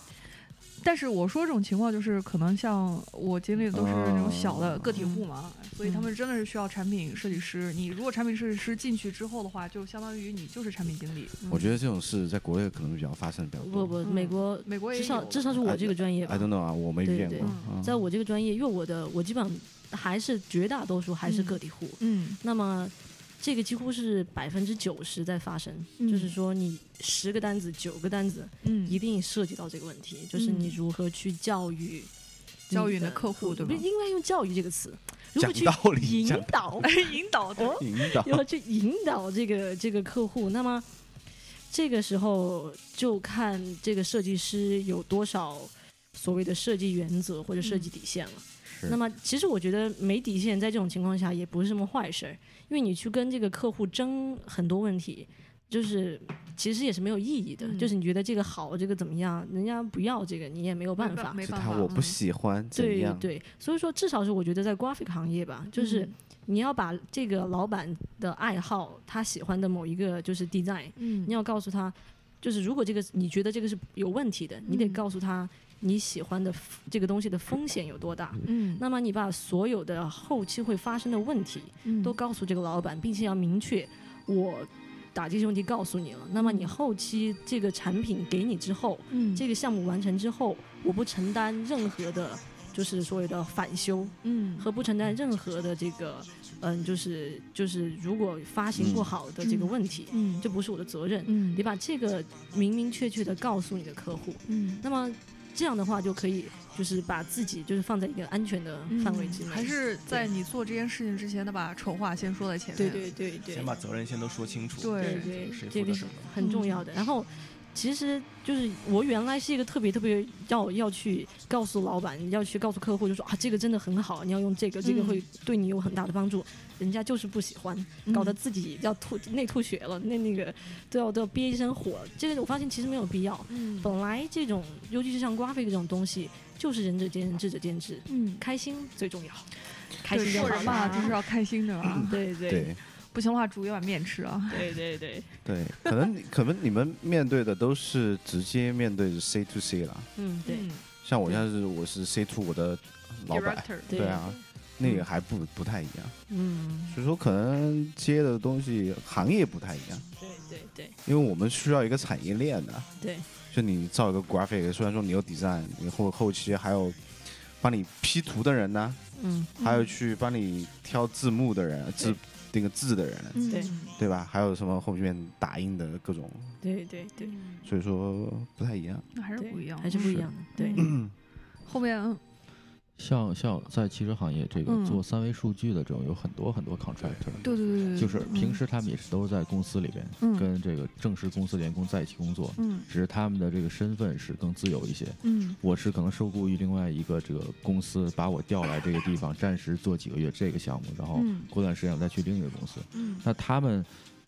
Speaker 2: 但是我说这种情况就是，可能像我经历的都是那种小的
Speaker 3: 哦
Speaker 2: 个体户嘛，所
Speaker 1: 嗯
Speaker 2: 以他们真的是需要产品设计师。你如果产品设计师进去之后的话，就相当于你就是产品经理。
Speaker 3: 我觉得这种事在国内可能比较发生比较
Speaker 1: 嗯不
Speaker 3: 多。
Speaker 1: 不，美
Speaker 2: 嗯
Speaker 1: 国
Speaker 2: 美国也
Speaker 1: 至少
Speaker 2: 有
Speaker 1: 至少是我这个专业吧
Speaker 3: I。don't know 啊，我没遇
Speaker 1: 对
Speaker 3: 见
Speaker 1: 对
Speaker 3: 过。
Speaker 2: 嗯
Speaker 3: 啊
Speaker 1: 在我这个专业，因为我的我基本上还是绝大多数还是
Speaker 2: 嗯
Speaker 1: 个体户，
Speaker 2: 嗯
Speaker 1: 那么这个几乎是百分之九十在发生，就是
Speaker 2: 嗯
Speaker 1: 说你十个单子九个单子
Speaker 2: 嗯
Speaker 1: 一定涉及到这个问题，就是你
Speaker 2: 嗯
Speaker 1: 如何去教育
Speaker 2: 教育
Speaker 1: 你
Speaker 2: 你的
Speaker 1: 的
Speaker 2: 客户对
Speaker 1: 不
Speaker 2: 吗
Speaker 1: 应该用教育这个词，如何
Speaker 3: 讲
Speaker 1: 去
Speaker 3: 道理，
Speaker 1: 引
Speaker 3: 讲
Speaker 1: 导，
Speaker 2: 引导的。
Speaker 3: 引导。
Speaker 1: 如何去引导这个这个客户，那么。这个时候就看这个设计师有多少所谓的设计原则或者设计底线了。
Speaker 3: 是
Speaker 1: 那么，其实我觉得没底线在这种情况下也不是什么坏事儿，因为你去跟这个客户争很多问题，就是其实也是没有意义的。
Speaker 2: 嗯
Speaker 1: 就是你觉得这个好，这个怎么样，人家不要这个，你也没有办法。
Speaker 2: 没
Speaker 3: 是
Speaker 2: 办
Speaker 3: 他
Speaker 2: 法，
Speaker 3: 我不
Speaker 2: 嗯
Speaker 3: 喜欢怎
Speaker 1: 对
Speaker 3: 样？
Speaker 1: 对，所以说至少是我觉得在 graphic 行业吧，就是
Speaker 2: 嗯
Speaker 1: 你要把这个老板的爱好，他喜欢的某一个就是 design，
Speaker 2: 嗯，
Speaker 1: 你要告诉他，就是如果这个你觉得这个是有问题的，你得
Speaker 2: 嗯
Speaker 1: 告诉他你喜欢的这个东西的风险有多大。
Speaker 2: 嗯
Speaker 1: 那么你把所有的后期会发生的问题
Speaker 2: 嗯
Speaker 1: 都告诉这个老板，并且要明确我打这些问题告诉你了。那么你后期这个产品给你之后，
Speaker 2: 嗯
Speaker 1: 这个项目完成之后，我不承担任何的。就是所谓的返修
Speaker 2: 嗯
Speaker 1: 和不承担任何的这个，嗯，就是就是如果发行不好的这个问题，
Speaker 2: 嗯
Speaker 1: 这不是我的责任。
Speaker 2: 嗯
Speaker 1: 你把这个明明确确的告诉你的客户，
Speaker 2: 嗯
Speaker 1: 那么这样的话就可以就是把自己就是放在一个安全的范围之内。
Speaker 2: 嗯还是在你做这件事情之前，得把丑话先说在前
Speaker 1: 对
Speaker 2: 面。
Speaker 1: 对对对
Speaker 5: 先，把责任先都说清楚，
Speaker 2: 对
Speaker 1: 对
Speaker 5: 谁
Speaker 1: 对
Speaker 5: 谁，
Speaker 1: 这
Speaker 5: 负责
Speaker 1: 个
Speaker 5: 什
Speaker 1: 是
Speaker 5: 么。
Speaker 1: 很重要的。然后，其实就是我原来是一个特别特别要要去告诉老板，要去告诉客户，就说啊，这个真的很好，你要用这个，这个
Speaker 2: 嗯
Speaker 1: 会对你有很大的帮助。人家就是不喜欢，
Speaker 2: 嗯
Speaker 1: 搞得自己要吐内吐血了，那那个都要都要憋一身火。这个我发现其实没有必要。
Speaker 2: 嗯
Speaker 1: 本来这种，尤其是像 graphic 这种东西，就是仁者见仁，智者见智，
Speaker 2: 嗯，
Speaker 1: 开心最重要，开
Speaker 2: 对，
Speaker 1: 心就
Speaker 2: 做
Speaker 1: 好啊
Speaker 2: 人
Speaker 1: 啦
Speaker 2: 嘛，就是要开心的
Speaker 3: [laughs]
Speaker 2: 吧？
Speaker 1: 对对
Speaker 3: 对
Speaker 2: 不行的话，煮一碗面吃啊。
Speaker 1: 对对对，
Speaker 3: 对，可能你可能你们面对的都是直接面对 C to C 啦，
Speaker 1: 嗯对
Speaker 2: 嗯
Speaker 3: 像我现在是我是 C to 我的老板，
Speaker 2: ，director，
Speaker 1: 对
Speaker 3: 对啊，那个还不不太一样，
Speaker 1: 嗯
Speaker 3: 所以说可能接的东西行业不太一样，
Speaker 1: 对对对
Speaker 3: 因为我们需要一个产业链的，
Speaker 1: 对。
Speaker 3: 就你造一个 graphic，虽然说你有 design，你后后期还有帮你 P 图的人呢，
Speaker 1: 嗯，
Speaker 3: 还有去帮你挑字幕的人，字那个字的人，
Speaker 2: 嗯
Speaker 1: 对
Speaker 3: 对吧？还有什么后面打印的各种，
Speaker 1: 对对对，
Speaker 2: 嗯
Speaker 3: 所以说不太一样。
Speaker 2: 那还是
Speaker 1: 对
Speaker 2: 不一样，
Speaker 1: 还是不一样的。对，
Speaker 2: 嗯后面嗯
Speaker 6: 像像在汽车行业这
Speaker 2: 嗯
Speaker 6: 个做三维数据的这种有很多很多 contractor，
Speaker 2: 对对对对，
Speaker 6: 就是
Speaker 2: 对
Speaker 6: 平时他们也是都是在公司里边
Speaker 2: 嗯
Speaker 6: 跟这个正式公司的员工在一起工作，
Speaker 2: 嗯
Speaker 6: 只是他们的这个身份是更自由一些。
Speaker 2: 嗯
Speaker 6: 我是可能受雇于另外一个这个公司，把我调来这个地方，暂时做几个月这个项目，然后
Speaker 2: 嗯
Speaker 6: 过段时间我再去另一个公司。
Speaker 2: 嗯
Speaker 6: 那他们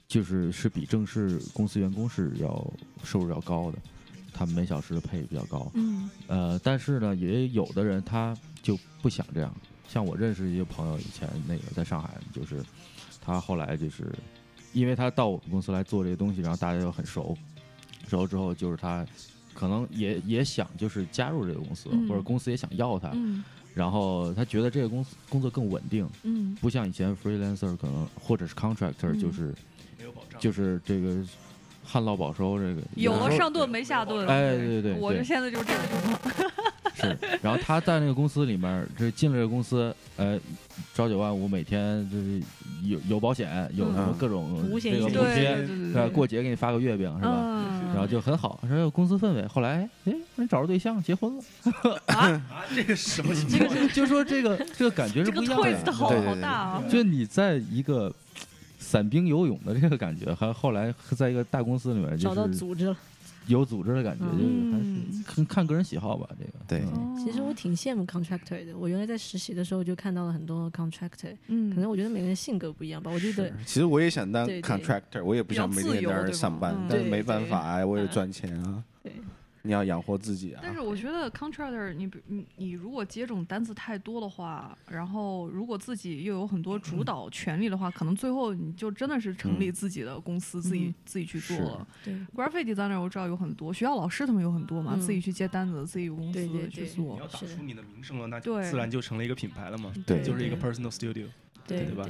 Speaker 6: 就是是比正式公司员工是要收入要高的，他们每小时的配比较高。
Speaker 2: 嗯
Speaker 6: 呃，但是呢，也有的人他就不想这样。像我认识一个朋友，以前那个在上海，就是他后来就是因为他到我们公司来做这个东西，然后大家又很熟，熟之后就是他可能也也想就是加入这个公司，
Speaker 2: 嗯
Speaker 6: 或者公司也想要他，
Speaker 2: 嗯
Speaker 6: 然后他觉得这个公司工作更稳定，
Speaker 2: 嗯
Speaker 6: 不像以前 freelancer 可能或者是 contractor
Speaker 2: 嗯
Speaker 6: 就是、
Speaker 5: 没有保障，
Speaker 6: 就是这个旱涝保收这个
Speaker 2: 有
Speaker 6: 然
Speaker 2: 了
Speaker 6: 后
Speaker 2: 上顿没下顿，
Speaker 6: 哎对对对
Speaker 2: 我这现在就是这种情况，
Speaker 6: 是，然后他在那个公司里面儿，这进了这个公司，呃，朝九晚五，每天就是有有保险，有什么
Speaker 3: 嗯
Speaker 6: 各种
Speaker 1: 五险
Speaker 6: 这
Speaker 1: 一
Speaker 6: 个
Speaker 1: 金
Speaker 6: 补
Speaker 2: 对
Speaker 6: 贴，
Speaker 2: 对对对
Speaker 6: 是吧？，过节给你发个月饼，是吧？
Speaker 2: 嗯，
Speaker 6: 然后就很好，然后有公司氛围。后来，哎，人找着对象，结婚了， [laughs]
Speaker 5: 啊，这个什么情
Speaker 6: 这个
Speaker 5: 况？
Speaker 6: 就就说这个这个感觉
Speaker 2: 这
Speaker 6: 是
Speaker 2: 个
Speaker 6: 不一样的
Speaker 2: twist
Speaker 6: 感
Speaker 2: 好
Speaker 6: 觉，
Speaker 3: 对对
Speaker 2: 好
Speaker 3: 对
Speaker 2: 大啊，
Speaker 6: 就你在一个散兵游泳的这个感觉，还后来在一个大公司里面，
Speaker 1: 嗯
Speaker 6: 就
Speaker 1: 找到
Speaker 6: 是
Speaker 1: 组织了。
Speaker 6: 有组织的感觉，就是还
Speaker 2: 嗯哦
Speaker 6: 是看看个人喜好吧，这个
Speaker 3: 对
Speaker 6: 嗯
Speaker 1: 其实我挺羡慕 contractor 的。我原来在实习的时候就看到了很多 contractor，
Speaker 2: 嗯
Speaker 1: 可能我觉得每个人性格不一样吧。我觉得
Speaker 3: 其实我也想当
Speaker 1: 对对
Speaker 3: contractor，我也不想每天在那儿上班
Speaker 2: 比较自由对吧嗯，
Speaker 3: 但是没办法啊，我也赚钱啊
Speaker 1: 对，
Speaker 3: 你要养活自己啊
Speaker 2: 但。是我觉得 contractor，你比你你如果接这种单子太多的话，然后如果自己又有很多主导权利的话，可能最后你就真的是成
Speaker 3: 嗯
Speaker 2: 立自己的公司，自己
Speaker 1: 嗯
Speaker 2: 自己去做
Speaker 6: 是
Speaker 2: 了。
Speaker 1: 对
Speaker 2: graphic designer 我知道有很多，学校老师他们有很多嘛，
Speaker 1: 嗯
Speaker 2: 自己去接单子，自己有公
Speaker 1: 对对
Speaker 2: 司
Speaker 1: 对
Speaker 2: 去
Speaker 5: 你
Speaker 2: 做
Speaker 5: 要。打
Speaker 1: 是
Speaker 5: 出你的名声了，那
Speaker 2: 对
Speaker 5: 自然就成了一个品牌了嘛，
Speaker 3: 对
Speaker 5: 就是一个 personal studio。
Speaker 1: 对
Speaker 5: 对吧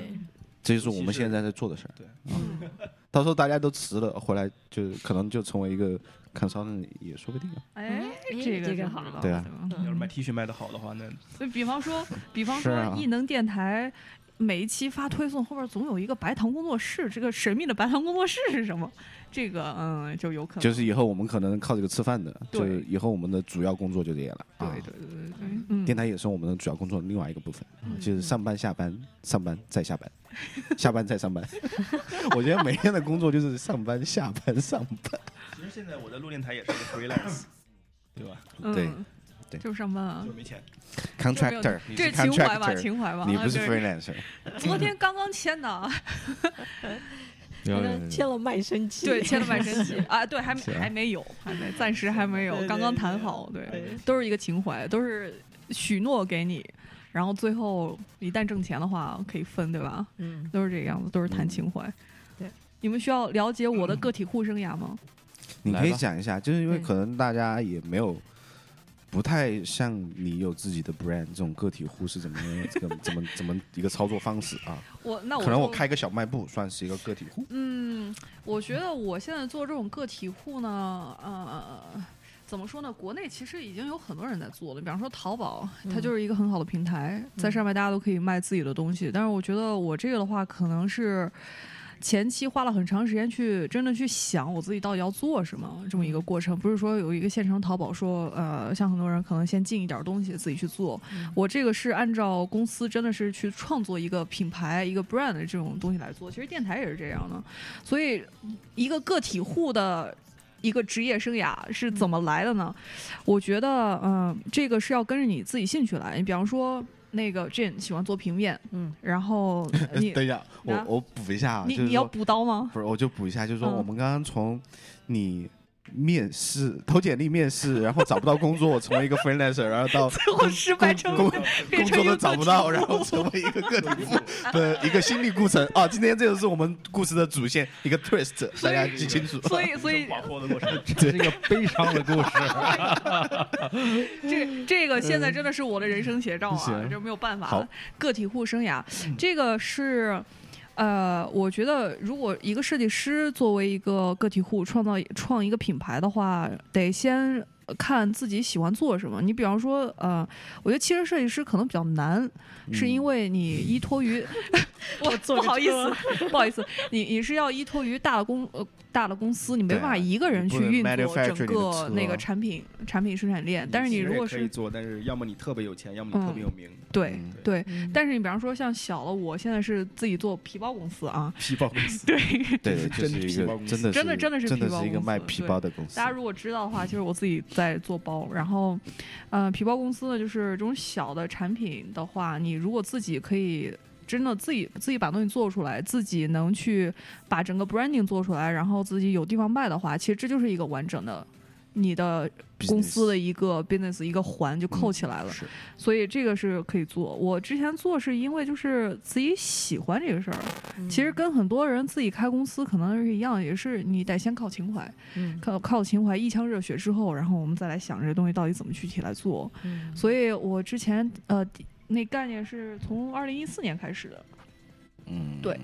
Speaker 3: 这就是我们现在在做的事儿。
Speaker 5: 对
Speaker 3: 嗯，到时候大家都辞了，回来就可能就成为一个 consultant 也说不定啊。
Speaker 2: 哎
Speaker 1: 哎，
Speaker 2: 这
Speaker 1: 这个
Speaker 2: 个
Speaker 1: 好
Speaker 2: 了，
Speaker 3: 对啊
Speaker 2: 吧
Speaker 1: 嗯
Speaker 5: 要是卖 T 恤卖的好的话，那
Speaker 2: 就比
Speaker 1: [laughs]
Speaker 2: 方说，比方
Speaker 3: 是啊
Speaker 2: 说，异能电台每一期发推送后边总有一个白糖工作室，这个神秘的白糖工作室是什么？这个嗯，就有可能。
Speaker 3: 就是以后我们可能靠这个吃饭的，
Speaker 2: 对
Speaker 3: 就是以后我们的主要工作就这些了。
Speaker 2: 对
Speaker 3: 啊
Speaker 2: 对对对对，嗯，
Speaker 3: 电台也是我们的主要工作的另外一个部分，啊
Speaker 2: 嗯
Speaker 3: 就是上班、下班、上班再下班，下班再上班。 [laughs] 我觉得每天的工作就是上班、下班、上班。
Speaker 5: 其实现在我在录电台也是个 freelance，对吧？
Speaker 2: 嗯
Speaker 3: 对对
Speaker 2: 就是上班啊
Speaker 5: 就是，没钱，
Speaker 3: contractor，你
Speaker 2: 这
Speaker 3: 是
Speaker 2: 是情怀吧，
Speaker 3: contractor，
Speaker 2: 情怀吧。
Speaker 3: 你
Speaker 2: 啊
Speaker 3: 不是
Speaker 2: 对
Speaker 3: freelancer。
Speaker 2: 昨天刚刚签的，啊，哎
Speaker 6: 了解了解
Speaker 1: 签了卖身契，
Speaker 2: 对，签了卖身契啊，对，还
Speaker 3: 是啊
Speaker 2: 还没有，还没，暂时还没有，
Speaker 1: 对
Speaker 2: 刚刚谈好，对，都是一个情怀，都是许诺给你，然后最后一旦挣钱的话可以分，对吧？
Speaker 1: [laughs] 嗯，
Speaker 2: 都是这个样子，都是谈情怀。
Speaker 1: 对，
Speaker 2: 你们需要了解我的个体户生涯吗？
Speaker 3: 你可以
Speaker 6: 来吧
Speaker 3: 讲一下，就是因为
Speaker 2: 对
Speaker 3: 可能大家也没有。不太像你有自己的 brand 这种个体户是怎么这个怎么怎么一个操作方式啊？
Speaker 2: 我那我
Speaker 3: 可能我
Speaker 2: 就
Speaker 3: 开个小卖部算是一个个体户，
Speaker 2: 嗯，我觉得我现在做这种个体户呢，呃，怎么说呢？国内其实已经有很多人在做了，比方说淘宝，
Speaker 1: 嗯
Speaker 2: 它就是一个很好的平台，在上面大家都可以卖自己的东西。但是我觉得我这个的话，可能是前期花了很长时间去真的去想我自己到底要做什么这么
Speaker 1: 嗯
Speaker 2: 一个过程，不是说有一个现成淘宝说，呃，像很多人可能先进一点东西自己去做。
Speaker 1: 嗯
Speaker 2: 我这个是按照公司真的是去创作一个品牌、一个 brand 的这种东西来做。其实电台也是这样的，所以一个个体户的一个职业生涯是怎么来的呢？我觉得，嗯、这个是要跟着你自己兴趣来。你比方说，那个 Jane 喜欢做平面，
Speaker 1: 嗯，
Speaker 2: 然
Speaker 3: [laughs]
Speaker 2: 后你
Speaker 3: 等一下，我
Speaker 2: 啊
Speaker 3: 我补一下啊，
Speaker 2: 你
Speaker 3: 就是
Speaker 2: 你要
Speaker 3: 说
Speaker 2: 补刀吗？ [laughs]
Speaker 3: 不是，我就补一下，就是说
Speaker 2: 嗯
Speaker 3: 我们刚刚从你面试投简历面试，然后找不到工作，成为一个 freelancer，然后
Speaker 2: [laughs]
Speaker 3: 到
Speaker 2: 最后失败成
Speaker 3: 工
Speaker 2: 功，
Speaker 3: 工
Speaker 2: [laughs] 变
Speaker 3: 工
Speaker 2: 成
Speaker 3: 作
Speaker 2: 一个
Speaker 3: 都找不到，然后成为一个个体 [laughs] 户的一个心理故程啊。今天这就是我们故事的主线，一个 twist，大家记清楚。
Speaker 2: 所以所以
Speaker 5: 滑坡的过程，
Speaker 4: 这是一个悲伤的故事。
Speaker 1: 嗯
Speaker 2: 这这个现在真的是我的人生写照啊，
Speaker 3: 嗯行
Speaker 2: 这没有办法
Speaker 3: 好嗯
Speaker 2: 了。个体户生涯，这个是。呃，我觉得如果一个设计师作为一个个体户创造创一个品牌的话，得先看自己喜欢做什么。你比方说，呃，我觉得其实设计师可能比较难，是
Speaker 3: 嗯
Speaker 2: 因为你依
Speaker 1: [laughs]
Speaker 2: 托于，我
Speaker 1: 坐
Speaker 2: 不
Speaker 1: 着
Speaker 2: 好意
Speaker 1: 车
Speaker 2: 思，
Speaker 1: [laughs]
Speaker 2: 不好意思，你你是要依托于大的公呃大的公司，你没
Speaker 3: 对
Speaker 2: 办法
Speaker 3: 啊
Speaker 2: 一个人
Speaker 3: 你
Speaker 2: 去
Speaker 3: 不能
Speaker 2: 运作
Speaker 3: manufacture
Speaker 2: 整
Speaker 3: 你的
Speaker 2: 个那
Speaker 3: 车
Speaker 2: 个产品产品生产链。但是你
Speaker 5: 嗯其实
Speaker 2: 如
Speaker 5: 也
Speaker 2: 果
Speaker 5: 可以
Speaker 2: 是
Speaker 5: 做，但是要么你特别有钱，要么你特别有名，
Speaker 2: 对
Speaker 3: 嗯
Speaker 2: 对，
Speaker 1: 嗯
Speaker 2: 但是你比方说像小了，我现在是自己做皮包公司
Speaker 5: [laughs]
Speaker 2: 啊，
Speaker 5: 皮包公司。
Speaker 2: 对，
Speaker 3: 对，
Speaker 5: 这
Speaker 3: 就是是一
Speaker 5: 真的皮包
Speaker 3: 个
Speaker 5: 公司
Speaker 3: 真的
Speaker 2: 真的真的是
Speaker 3: 真的
Speaker 2: 皮包
Speaker 3: 是一个
Speaker 2: 公司
Speaker 3: 卖皮
Speaker 2: 对
Speaker 3: 包的公司
Speaker 2: 大家。如果知道的话，其实我自己在做包，然后，呃，皮包公司呢，就是这种小的产品的话，你如果自己可以。真的自己自己把东西做出来，自己能去把整个 branding 做出来，然后自己有地方卖的话，其实这就是一个完整的你的公司的一个 business 一个环就扣起来了。
Speaker 3: 是
Speaker 2: 所以这个是可以做。我之前做是因为就是自己喜欢这个事儿，其实跟很多人自己开公司可能是一样，也是你得先靠情怀，
Speaker 1: 嗯
Speaker 2: 靠靠情怀一腔热血之后，然后我们再来想这个东西到底怎么具体来做。
Speaker 1: 嗯
Speaker 2: 所以我之前呃那概念是从二零一四年开始的，
Speaker 3: 嗯
Speaker 2: 对，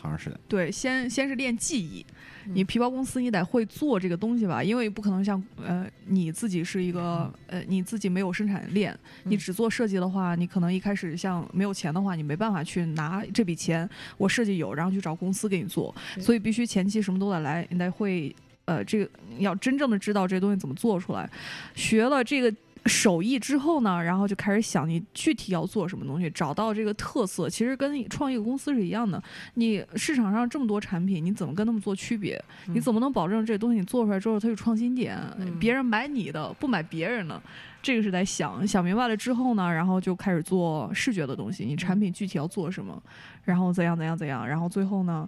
Speaker 3: 好像是的，
Speaker 2: 对，先先是练技艺，
Speaker 1: 嗯
Speaker 2: 你皮包公司你得会做这个东西吧，因为不可能像呃你自己是一个呃你自己没有生产链，你
Speaker 1: 嗯
Speaker 2: 只做设计的话，你可能一开始像没有钱的话，你没办法去拿这笔钱，我设计有，然后去找公司给你做，
Speaker 1: 对
Speaker 2: 所以必须前期什么都得来，你得会呃这个要真正的知道这东西怎么做出来，学了这个。手艺之后呢，然后就开始想你具体要做什么东西，找到这个特色。其实跟创业公司是一样的，你市场上这么多产品，你怎么跟他们做区别？你怎么能保证这东西你做出来之后它有创新点？
Speaker 1: 嗯
Speaker 2: 别人买你的，不买别人的，这个是在想想明白了之后呢，然后就开始做视觉的东西，你产品具体要做什么，然后怎样怎样怎样，然后最后呢，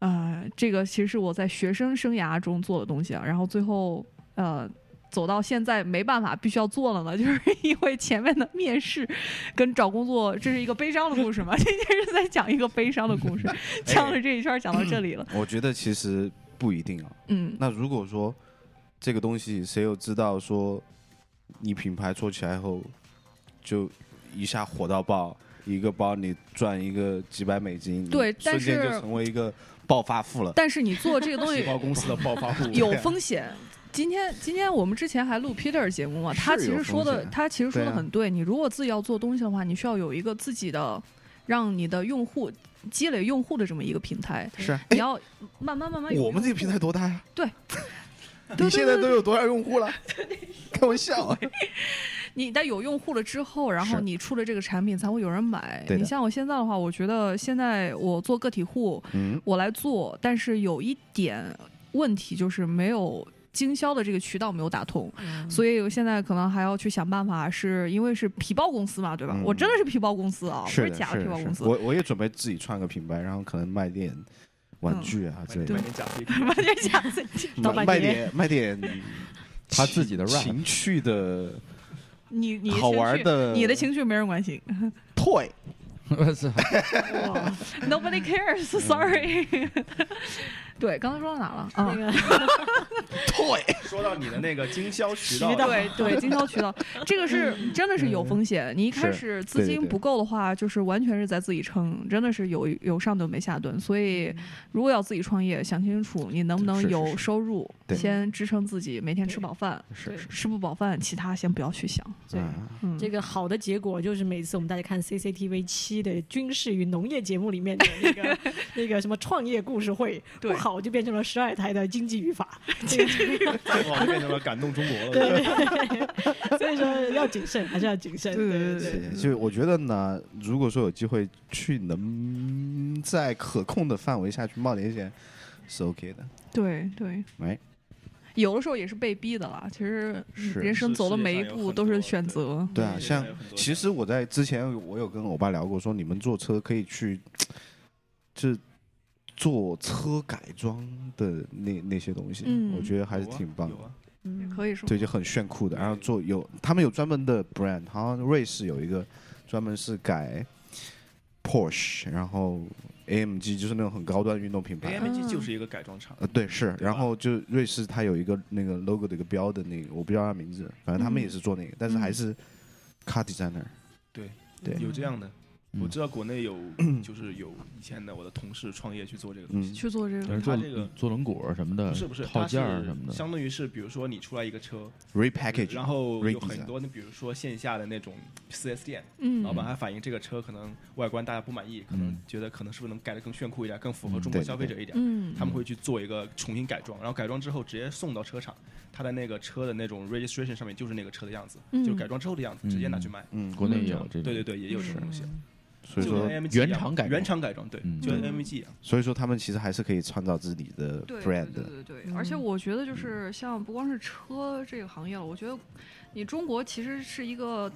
Speaker 2: 呃，这个其实是我在学生生涯中做的东西啊，然后最后呃。走到现在没办法，必须要做了呢， [laughs] 就是因为前面的面试跟找工作，这是一个悲伤的故事嘛。 [laughs] 今天是在讲一个悲伤的故事，讲了这一圈儿，讲到这里了。
Speaker 3: 我觉得其实不一定啊。
Speaker 2: 嗯，
Speaker 3: 那如果说这个东西，谁又知道说你品牌做起来后就一下火到爆，一个包你赚一个几百美金，你
Speaker 2: 对但
Speaker 3: 瞬间就是成为一个暴发户了。
Speaker 2: 但是你做这个东
Speaker 3: [laughs]
Speaker 5: 皮
Speaker 2: 西
Speaker 5: 包公司的暴发户
Speaker 2: 有
Speaker 3: 啊
Speaker 2: 风险。今天今天我们之前还录 Peter 节目嘛，
Speaker 3: 是
Speaker 2: 他其
Speaker 3: 有
Speaker 2: 实说
Speaker 3: 风
Speaker 2: 的
Speaker 3: 险
Speaker 2: 他其实说
Speaker 3: 对
Speaker 2: 的
Speaker 3: 啊
Speaker 2: 很对。你如果自己要做东西的话，你需要有一个自己的，让你的用户积累用户的这么一个平台。
Speaker 3: 是啊，
Speaker 2: 你要慢慢慢慢有用户。
Speaker 3: 我们这个平台多大呀？
Speaker 2: 对，
Speaker 3: 你现在都有多少用户了？开玩笑啊，
Speaker 2: 你在有用户了之后，然后
Speaker 3: 是
Speaker 2: 你出了这个产品才会有人买。
Speaker 3: 对的
Speaker 2: 你像我现在的话，我觉得现在我做个体户，
Speaker 3: 嗯，
Speaker 2: 我来做，但是有一点问题就是没有经销的这个渠道没有打
Speaker 1: 嗯
Speaker 2: 通。
Speaker 3: 嗯
Speaker 5: 嗯
Speaker 2: 所以我现在可能还要去想办法，是因为是皮包公司嘛，对吧？
Speaker 3: 嗯
Speaker 2: 我真的是皮包公司啊，
Speaker 3: 是
Speaker 2: 不
Speaker 3: 的
Speaker 2: 假皮
Speaker 3: 的
Speaker 2: 包
Speaker 3: 是
Speaker 2: 公
Speaker 3: 的
Speaker 2: 司。 [laughs]
Speaker 3: 我我也准备自己创个品牌，然后可能卖点玩具啊之类
Speaker 5: 买
Speaker 3: 的，
Speaker 5: 点假皮，
Speaker 2: 我就想自己
Speaker 1: 盗
Speaker 3: 卖
Speaker 1: 版
Speaker 3: 卖
Speaker 1: 碟
Speaker 3: 点卖点
Speaker 6: 他自己的 rap
Speaker 3: 情趣的
Speaker 2: 你你
Speaker 3: 好玩
Speaker 2: 情绪
Speaker 3: 的
Speaker 2: 你的情绪没人
Speaker 3: [laughs]
Speaker 2: 关心
Speaker 5: [laughs]
Speaker 3: toy。
Speaker 6: 我操
Speaker 3: [laughs] 嗯
Speaker 2: ，Nobody cares，sorry。 [laughs] 对，刚才说到哪了？
Speaker 1: 那，
Speaker 2: 啊
Speaker 1: 个
Speaker 5: 说到你的那个经销渠道，
Speaker 1: 渠道
Speaker 2: [laughs] 对对，经销渠道，这个是真的是有风险。你一开
Speaker 3: 嗯是
Speaker 2: 始资
Speaker 3: 对对
Speaker 2: 金
Speaker 3: 对
Speaker 2: 不够的话，就是完全是在自己撑，真的是有有上顿没下顿。所以，如果要自己创业，想清楚你能不能
Speaker 3: 嗯是是
Speaker 2: 有
Speaker 3: 是
Speaker 2: 收入，
Speaker 3: 对
Speaker 2: 先支撑自己，每天吃饱饭，
Speaker 1: 对
Speaker 6: 是是
Speaker 2: 吃不饱饭，其他先不要去想。
Speaker 1: 对。
Speaker 6: 啊
Speaker 2: 嗯，
Speaker 1: 这个好的结果就是每次我们大家看 CCTV 七的军事与农业节目里面的那
Speaker 5: [laughs]
Speaker 1: 个那个什么创业故事会，
Speaker 2: 对
Speaker 1: 不好就变成了十二台的经济语
Speaker 5: [laughs]
Speaker 1: 法，
Speaker 5: 再不好就变成了感动中国了。
Speaker 1: 对，所以说要谨慎，还是要谨慎，
Speaker 2: 对对
Speaker 1: 对
Speaker 2: 对
Speaker 1: 对。
Speaker 3: 对，就我觉得呢，如果说有机会去能在可控的范围下去冒点险，是 OK 的。哎
Speaker 2: 对对
Speaker 3: 喂。
Speaker 2: 有的时候也是被逼的啦。其实
Speaker 3: 是
Speaker 2: 人生
Speaker 5: 是
Speaker 2: 走的
Speaker 5: 世界
Speaker 2: 每一
Speaker 5: 上有
Speaker 2: 步
Speaker 5: 很
Speaker 2: 都是
Speaker 5: 多
Speaker 2: 选
Speaker 5: 对
Speaker 2: 择。
Speaker 3: 对啊，
Speaker 1: 对
Speaker 3: 像
Speaker 5: 有很多
Speaker 3: 其实我在之前我有跟我爸聊过，说你们坐车可以去，就做车改装的那那些东西，
Speaker 2: 嗯
Speaker 3: 我觉得还是
Speaker 5: 有啊
Speaker 3: 挺棒的
Speaker 5: 有。啊
Speaker 1: 嗯
Speaker 2: 可以说
Speaker 3: 对，就很炫酷的。然后做有他们有专门的 brand，好像瑞士有一个专门是改 Porsche，然后 AMG 就是那种很高端运动品牌。
Speaker 5: ，AMG 就是一个改装厂，
Speaker 3: 呃，对，是，
Speaker 5: 对
Speaker 3: 然
Speaker 5: 吧
Speaker 3: 后就瑞士它有一个那个 logo 的一个标的那个，我不知道它名字，反正他们也是做那个，但是
Speaker 5: 嗯
Speaker 3: 还是 car designer，对
Speaker 5: 有这样的。
Speaker 6: 嗯
Speaker 5: 我知道国内有，就是有以前的我的同事创业去做这个东西
Speaker 3: 嗯，
Speaker 2: 去做这个
Speaker 6: 但是做
Speaker 5: 它这个
Speaker 6: 做轮毂什么的，
Speaker 5: 不是不是，
Speaker 6: 嗯套
Speaker 5: 它是
Speaker 6: 件儿什么的，
Speaker 5: 相当于是比如说你出来一个车，
Speaker 3: ，repackage，
Speaker 5: 然后有
Speaker 3: redesign
Speaker 5: 很多的，比如说线下的那种 4S 店，
Speaker 2: 嗯
Speaker 5: 老板还反映这个车可能外观大家不满意，可能
Speaker 6: 嗯
Speaker 5: 觉得可能是不是能改得更炫酷一点，更符合
Speaker 6: 嗯
Speaker 5: 中国
Speaker 3: 对
Speaker 5: 消费者一点。
Speaker 2: 嗯
Speaker 5: 他们会去做一个重新改装，然后改装之后直接送到车厂，他的那个车的那种 registration 上面就是那个车的样子，
Speaker 2: 嗯
Speaker 5: 就是改装之后的样子，
Speaker 6: 嗯
Speaker 5: 直接拿去卖。
Speaker 3: 嗯，
Speaker 6: 国内也有这种，
Speaker 5: 对对对，也有这种东西，
Speaker 3: 所以
Speaker 5: 就
Speaker 3: 说
Speaker 5: 跟 AMG
Speaker 6: 原
Speaker 5: 一样
Speaker 6: 厂改装
Speaker 5: 原厂改装，对，
Speaker 6: 嗯
Speaker 5: 就跟
Speaker 1: 对
Speaker 5: AMG 一样。
Speaker 3: 所以说他们其实还是可以创造自己的
Speaker 2: 对
Speaker 3: brand
Speaker 2: 对
Speaker 3: 的，
Speaker 2: 对对对，而且我觉得就是像不光是车这个行业了，我觉得你中国其实是一个，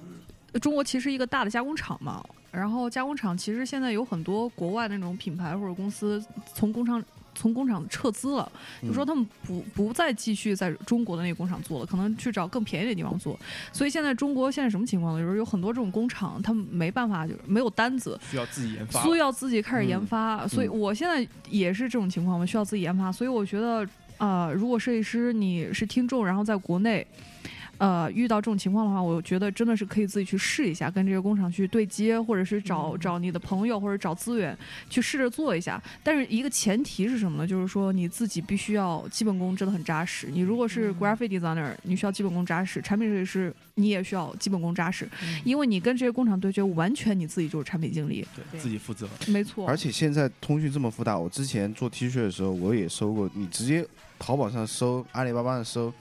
Speaker 2: 呃中国其实一个大的加工厂嘛。然后加工厂其实现在有很多国外那种品牌或者公司从工厂从工厂撤资了，就说他们不不再继续在中国的那个工厂做了，可能去找更便宜的地方做。所以现在中国现在什么情况呢？就是有很多这种工厂，他们没办法，就是没有单子，
Speaker 5: 需要自己研发
Speaker 2: 需要自己开始研发，所以
Speaker 3: 嗯
Speaker 2: 我现在也是这种情况，我需要自己研发，所以我觉得啊、呃如果设计师你是听众，然后在国内。呃，遇到这种情况的话，我觉得真的是可以自己去试一下，跟这个工厂去对接，或者是找、找你的朋友或者找资源去试着做一下。但是一个前提是什么呢？就是说你自己必须要基本功真的很扎实。你如果是
Speaker 1: 嗯
Speaker 2: graphic designer，你需要基本功扎实；产品设计师你也需要基本功扎实，
Speaker 1: 嗯
Speaker 2: 因为你跟这些工厂对接，完全你自己就是产品经理。
Speaker 5: 对自己负责。
Speaker 2: 没错，
Speaker 3: 而且现在通讯这么发达，我之前做 T 恤的时候，我也搜过，你直接淘宝上搜，阿里巴巴上搜，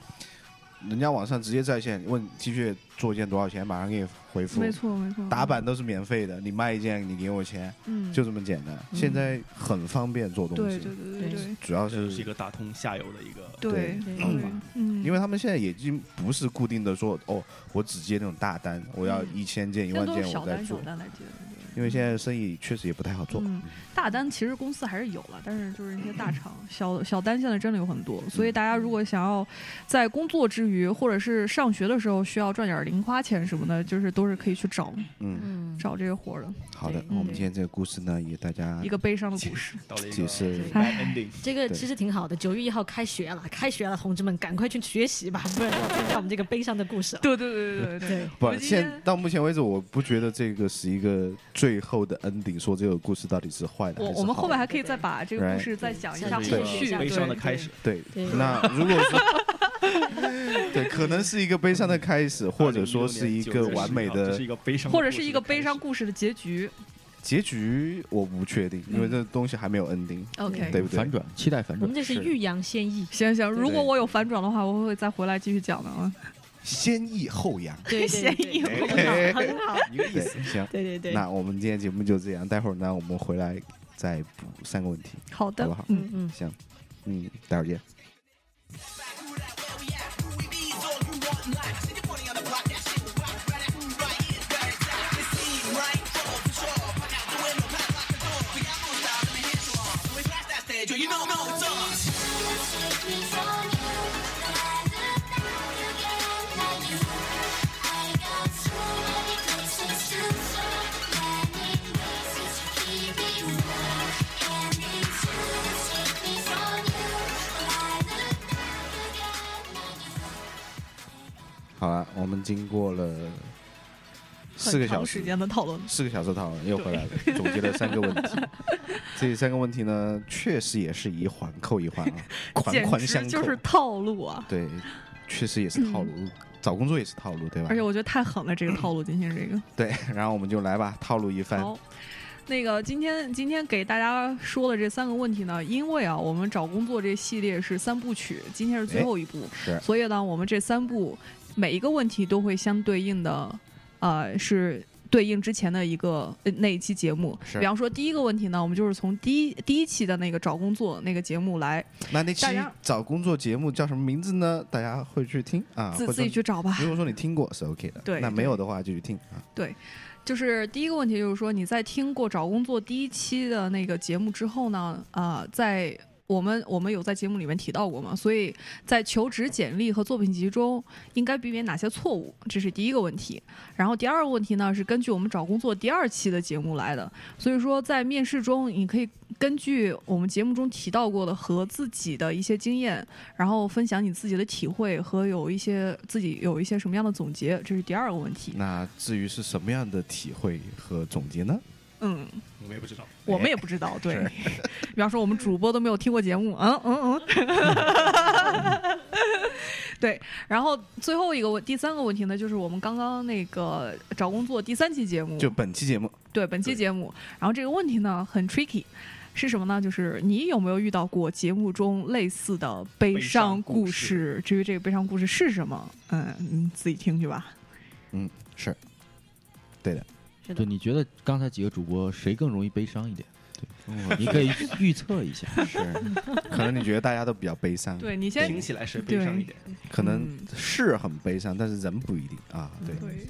Speaker 3: 人家网上直接在线问 T 恤做一件多少钱，马上给你回复
Speaker 2: 没，错没错，
Speaker 3: 打版都是免费的，你卖一件你给我钱，
Speaker 2: 嗯，
Speaker 3: 就这么简单。现在很方便做东
Speaker 2: 对
Speaker 3: 西，
Speaker 2: 对对对对
Speaker 3: 主要
Speaker 5: 这
Speaker 3: 是
Speaker 5: 是一个打通下游的一个，
Speaker 2: 对
Speaker 1: 对
Speaker 2: 对
Speaker 1: 嗯，
Speaker 2: 嗯，
Speaker 3: 因为他们现在已经不是固定的说哦，我只接那种大单，我要
Speaker 2: 嗯
Speaker 3: 一千件、一
Speaker 2: 现
Speaker 3: 万
Speaker 2: 在都是
Speaker 3: 件
Speaker 2: 小
Speaker 3: 我在
Speaker 2: 单
Speaker 3: 做
Speaker 2: 小，单来接的，
Speaker 3: 因为现在生意确实也不太好做。嗯
Speaker 2: 嗯，大单其实公司还是有了，但是就是那些大厂，小小单现在真的有很多，所以大家如果想要在工作之余或者是上学的时候需要赚点零花钱什么的，就是都是可以去找
Speaker 3: 嗯，
Speaker 1: 嗯，
Speaker 2: 找这个活儿的，
Speaker 3: 好的
Speaker 1: 对，
Speaker 3: 那我们
Speaker 1: 嗯
Speaker 3: 今天这个故事呢，也大家
Speaker 2: 一个悲伤的故事。
Speaker 5: 到了一
Speaker 3: 解
Speaker 5: 个
Speaker 3: 释
Speaker 5: bad
Speaker 2: 哎
Speaker 5: ending。
Speaker 1: 这个
Speaker 3: 对
Speaker 1: 其实挺好的。九月一号开学了，开学了，同志们赶快去学习吧，不然要听到我们这个悲伤的故事了。啊
Speaker 2: 对对对对对
Speaker 1: 对，
Speaker 3: 不
Speaker 2: 我，今
Speaker 3: 现
Speaker 2: 天
Speaker 3: 到目前为止，我不觉得这个是一个最后的 ending，说这个故事到底是坏的
Speaker 2: 我
Speaker 3: 还是
Speaker 2: 我们后
Speaker 3: 好
Speaker 2: 面
Speaker 3: 的。
Speaker 2: 还可以再把这个故
Speaker 3: Right
Speaker 2: 事再讲一
Speaker 1: 对
Speaker 2: 下
Speaker 5: 这
Speaker 2: 后
Speaker 5: 是一个
Speaker 2: 续，
Speaker 5: 悲伤的
Speaker 2: 对
Speaker 5: 开始，
Speaker 3: 对，
Speaker 1: 对
Speaker 3: 那如果说
Speaker 2: [laughs]
Speaker 3: 对，可能是一个悲伤的开始，或者说是一个完美
Speaker 5: 这
Speaker 3: 的
Speaker 5: 是一个悲伤，
Speaker 2: 或者是一个悲伤。故事的结局。
Speaker 3: 结局，我不确定，因为这东西还没有 ending，
Speaker 2: OK，
Speaker 3: 对不对
Speaker 6: 反？转，期待反
Speaker 1: 我
Speaker 6: 转
Speaker 1: 们。
Speaker 5: 嗯
Speaker 1: 这是
Speaker 3: 是
Speaker 1: 欲扬先抑，
Speaker 2: 行行，如果
Speaker 3: 对
Speaker 2: 我有反转的话，我会再回来继续讲的啊。
Speaker 3: 先抑后扬，
Speaker 1: 对对
Speaker 2: 先抑
Speaker 1: 对，
Speaker 2: 后
Speaker 1: 对很好，很好，
Speaker 5: 一个意
Speaker 3: 对
Speaker 5: 思，，
Speaker 3: 行，
Speaker 1: 对对对。
Speaker 3: [laughs] 那我们今天节目就这样，待会儿呢，我们回来再补三个问题，
Speaker 2: 好的，
Speaker 3: 好不好
Speaker 2: 嗯
Speaker 1: 嗯。嗯。
Speaker 3: 行，嗯，待会儿见。
Speaker 7: Keep me warm, and these shoes take me from you.
Speaker 3: 好了，我们经过了四个
Speaker 2: 很
Speaker 3: 小
Speaker 2: 长
Speaker 3: 时
Speaker 2: 时，间的讨论。
Speaker 3: 四个小时讨论又回来了， [laughs] 总结了三个
Speaker 2: [laughs]
Speaker 3: 问题。这三个问题呢，确实也是一环扣一
Speaker 2: [laughs]
Speaker 3: 环啊，环
Speaker 2: 简
Speaker 3: 环相
Speaker 2: 直
Speaker 3: 扣。
Speaker 2: 就是套路啊！
Speaker 3: 对，确实也是套路，找工作也是套路，对吧？
Speaker 2: 而且我觉得太狠了，这个套路，今天这个。
Speaker 3: 对，然后我们就来吧，套路一番。
Speaker 2: 好，那个今天今天给大家说的这三个问题呢，因为啊，我们找工作这系列是三部曲，今天是最后一部，
Speaker 3: 哎是
Speaker 2: 所以呢，我们这三部每一个问题都会相对应的，呃，是。对应之前的一个、呃那一期节目，
Speaker 3: 是
Speaker 2: 比方说第一个问题呢，我们就是从第一第一期的那个找工作那个节目来
Speaker 3: 那那期
Speaker 2: 大家
Speaker 3: 找工作节目叫什么名字呢？大家会去听啊，
Speaker 2: 自
Speaker 3: 或
Speaker 2: 自
Speaker 3: 者
Speaker 2: 己去找吧。
Speaker 3: 如果说你听过是 OK 的，
Speaker 2: 对
Speaker 3: 那没
Speaker 2: 对
Speaker 3: 有的话就去听啊。
Speaker 2: 就是第一个问题，就是说你在听过找工作第一期的那个节目之后呢，啊、在我们我们有在节目里面提到过嘛，所以在求职简历和作品集中应该避免哪些错误，这是第一个问题。然后第二个问题呢，是根据我们找工作第二期的节目来的，所以说在面试中，你可以根据我们节目中提到过的和自己的一些经验，然后分享你自己的体会和有一些自己有一些什么样的总结，这是第二个问题。
Speaker 3: 那至于是什么样的体会和总结呢？
Speaker 2: 嗯。
Speaker 5: 我们也不知道。哎
Speaker 2: 我们也不知道，对。 [laughs] 比方说，我们主播都没有听过节目，嗯
Speaker 5: [laughs]
Speaker 2: 嗯嗯。对，然后最后一个问，第三个问题呢，就是我们刚刚那个找工作第三期节目，
Speaker 3: 就本期
Speaker 2: [laughs]
Speaker 3: 节目，
Speaker 2: 对本期节目，然后这个问题呢很 tricky，是什么呢？就是你有没有遇到过节目中类似的悲
Speaker 5: 悲
Speaker 2: 伤
Speaker 5: 伤
Speaker 2: 故
Speaker 5: 故事
Speaker 2: 事？至于这个悲伤故事是什么，嗯，你自己听去吧。
Speaker 1: 是
Speaker 6: 对，
Speaker 1: 的，
Speaker 6: 你觉得刚才几个主播谁更容易悲伤一点？
Speaker 3: 嗯
Speaker 6: 你可以预测一
Speaker 5: [laughs]
Speaker 6: 下。
Speaker 3: 是，可能你觉得大家都比较悲伤，
Speaker 2: 对你先
Speaker 5: 听起来是悲伤一点，
Speaker 3: 可能
Speaker 2: 嗯
Speaker 3: 是很悲伤，但是人不一定啊。对，
Speaker 2: 对，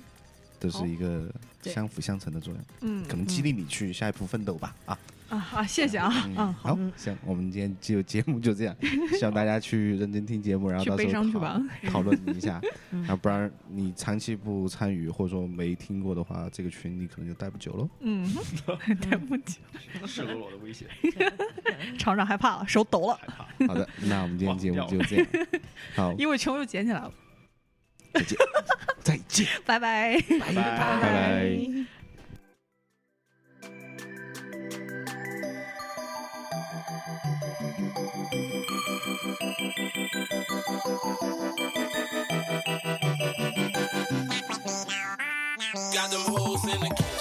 Speaker 3: 这是一个
Speaker 1: 对
Speaker 3: 相辅相成的作用，
Speaker 2: 嗯，
Speaker 3: 可能激励你去下一步奋斗吧。啊，
Speaker 2: 嗯啊啊，谢谢啊，
Speaker 3: 嗯，
Speaker 2: 嗯，
Speaker 3: 好，行，我们今天就节目就
Speaker 2: [laughs]
Speaker 3: 这样，希望大家去认真听节目，然后
Speaker 2: 去
Speaker 3: 到
Speaker 2: 悲
Speaker 3: 时
Speaker 2: 伤
Speaker 3: 候
Speaker 2: 去吧
Speaker 3: 讨。讨论
Speaker 2: [laughs]
Speaker 3: 一下，
Speaker 1: 嗯
Speaker 3: 啊，不然你长期不参与或者说没听过的话，这个群你可能就待不久
Speaker 2: [laughs]
Speaker 3: 喽。
Speaker 2: 嗯，对不起，
Speaker 5: 赤裸裸的威胁。
Speaker 2: [laughs] 厂长害怕了，手抖了，
Speaker 3: 好的，那我们今天节目就这样，好，
Speaker 2: [laughs] 因为球又捡起来了，
Speaker 3: 再见，再见。
Speaker 2: 拜拜。
Speaker 5: 拜拜。
Speaker 6: 拜拜。
Speaker 7: Got them hoes in the can.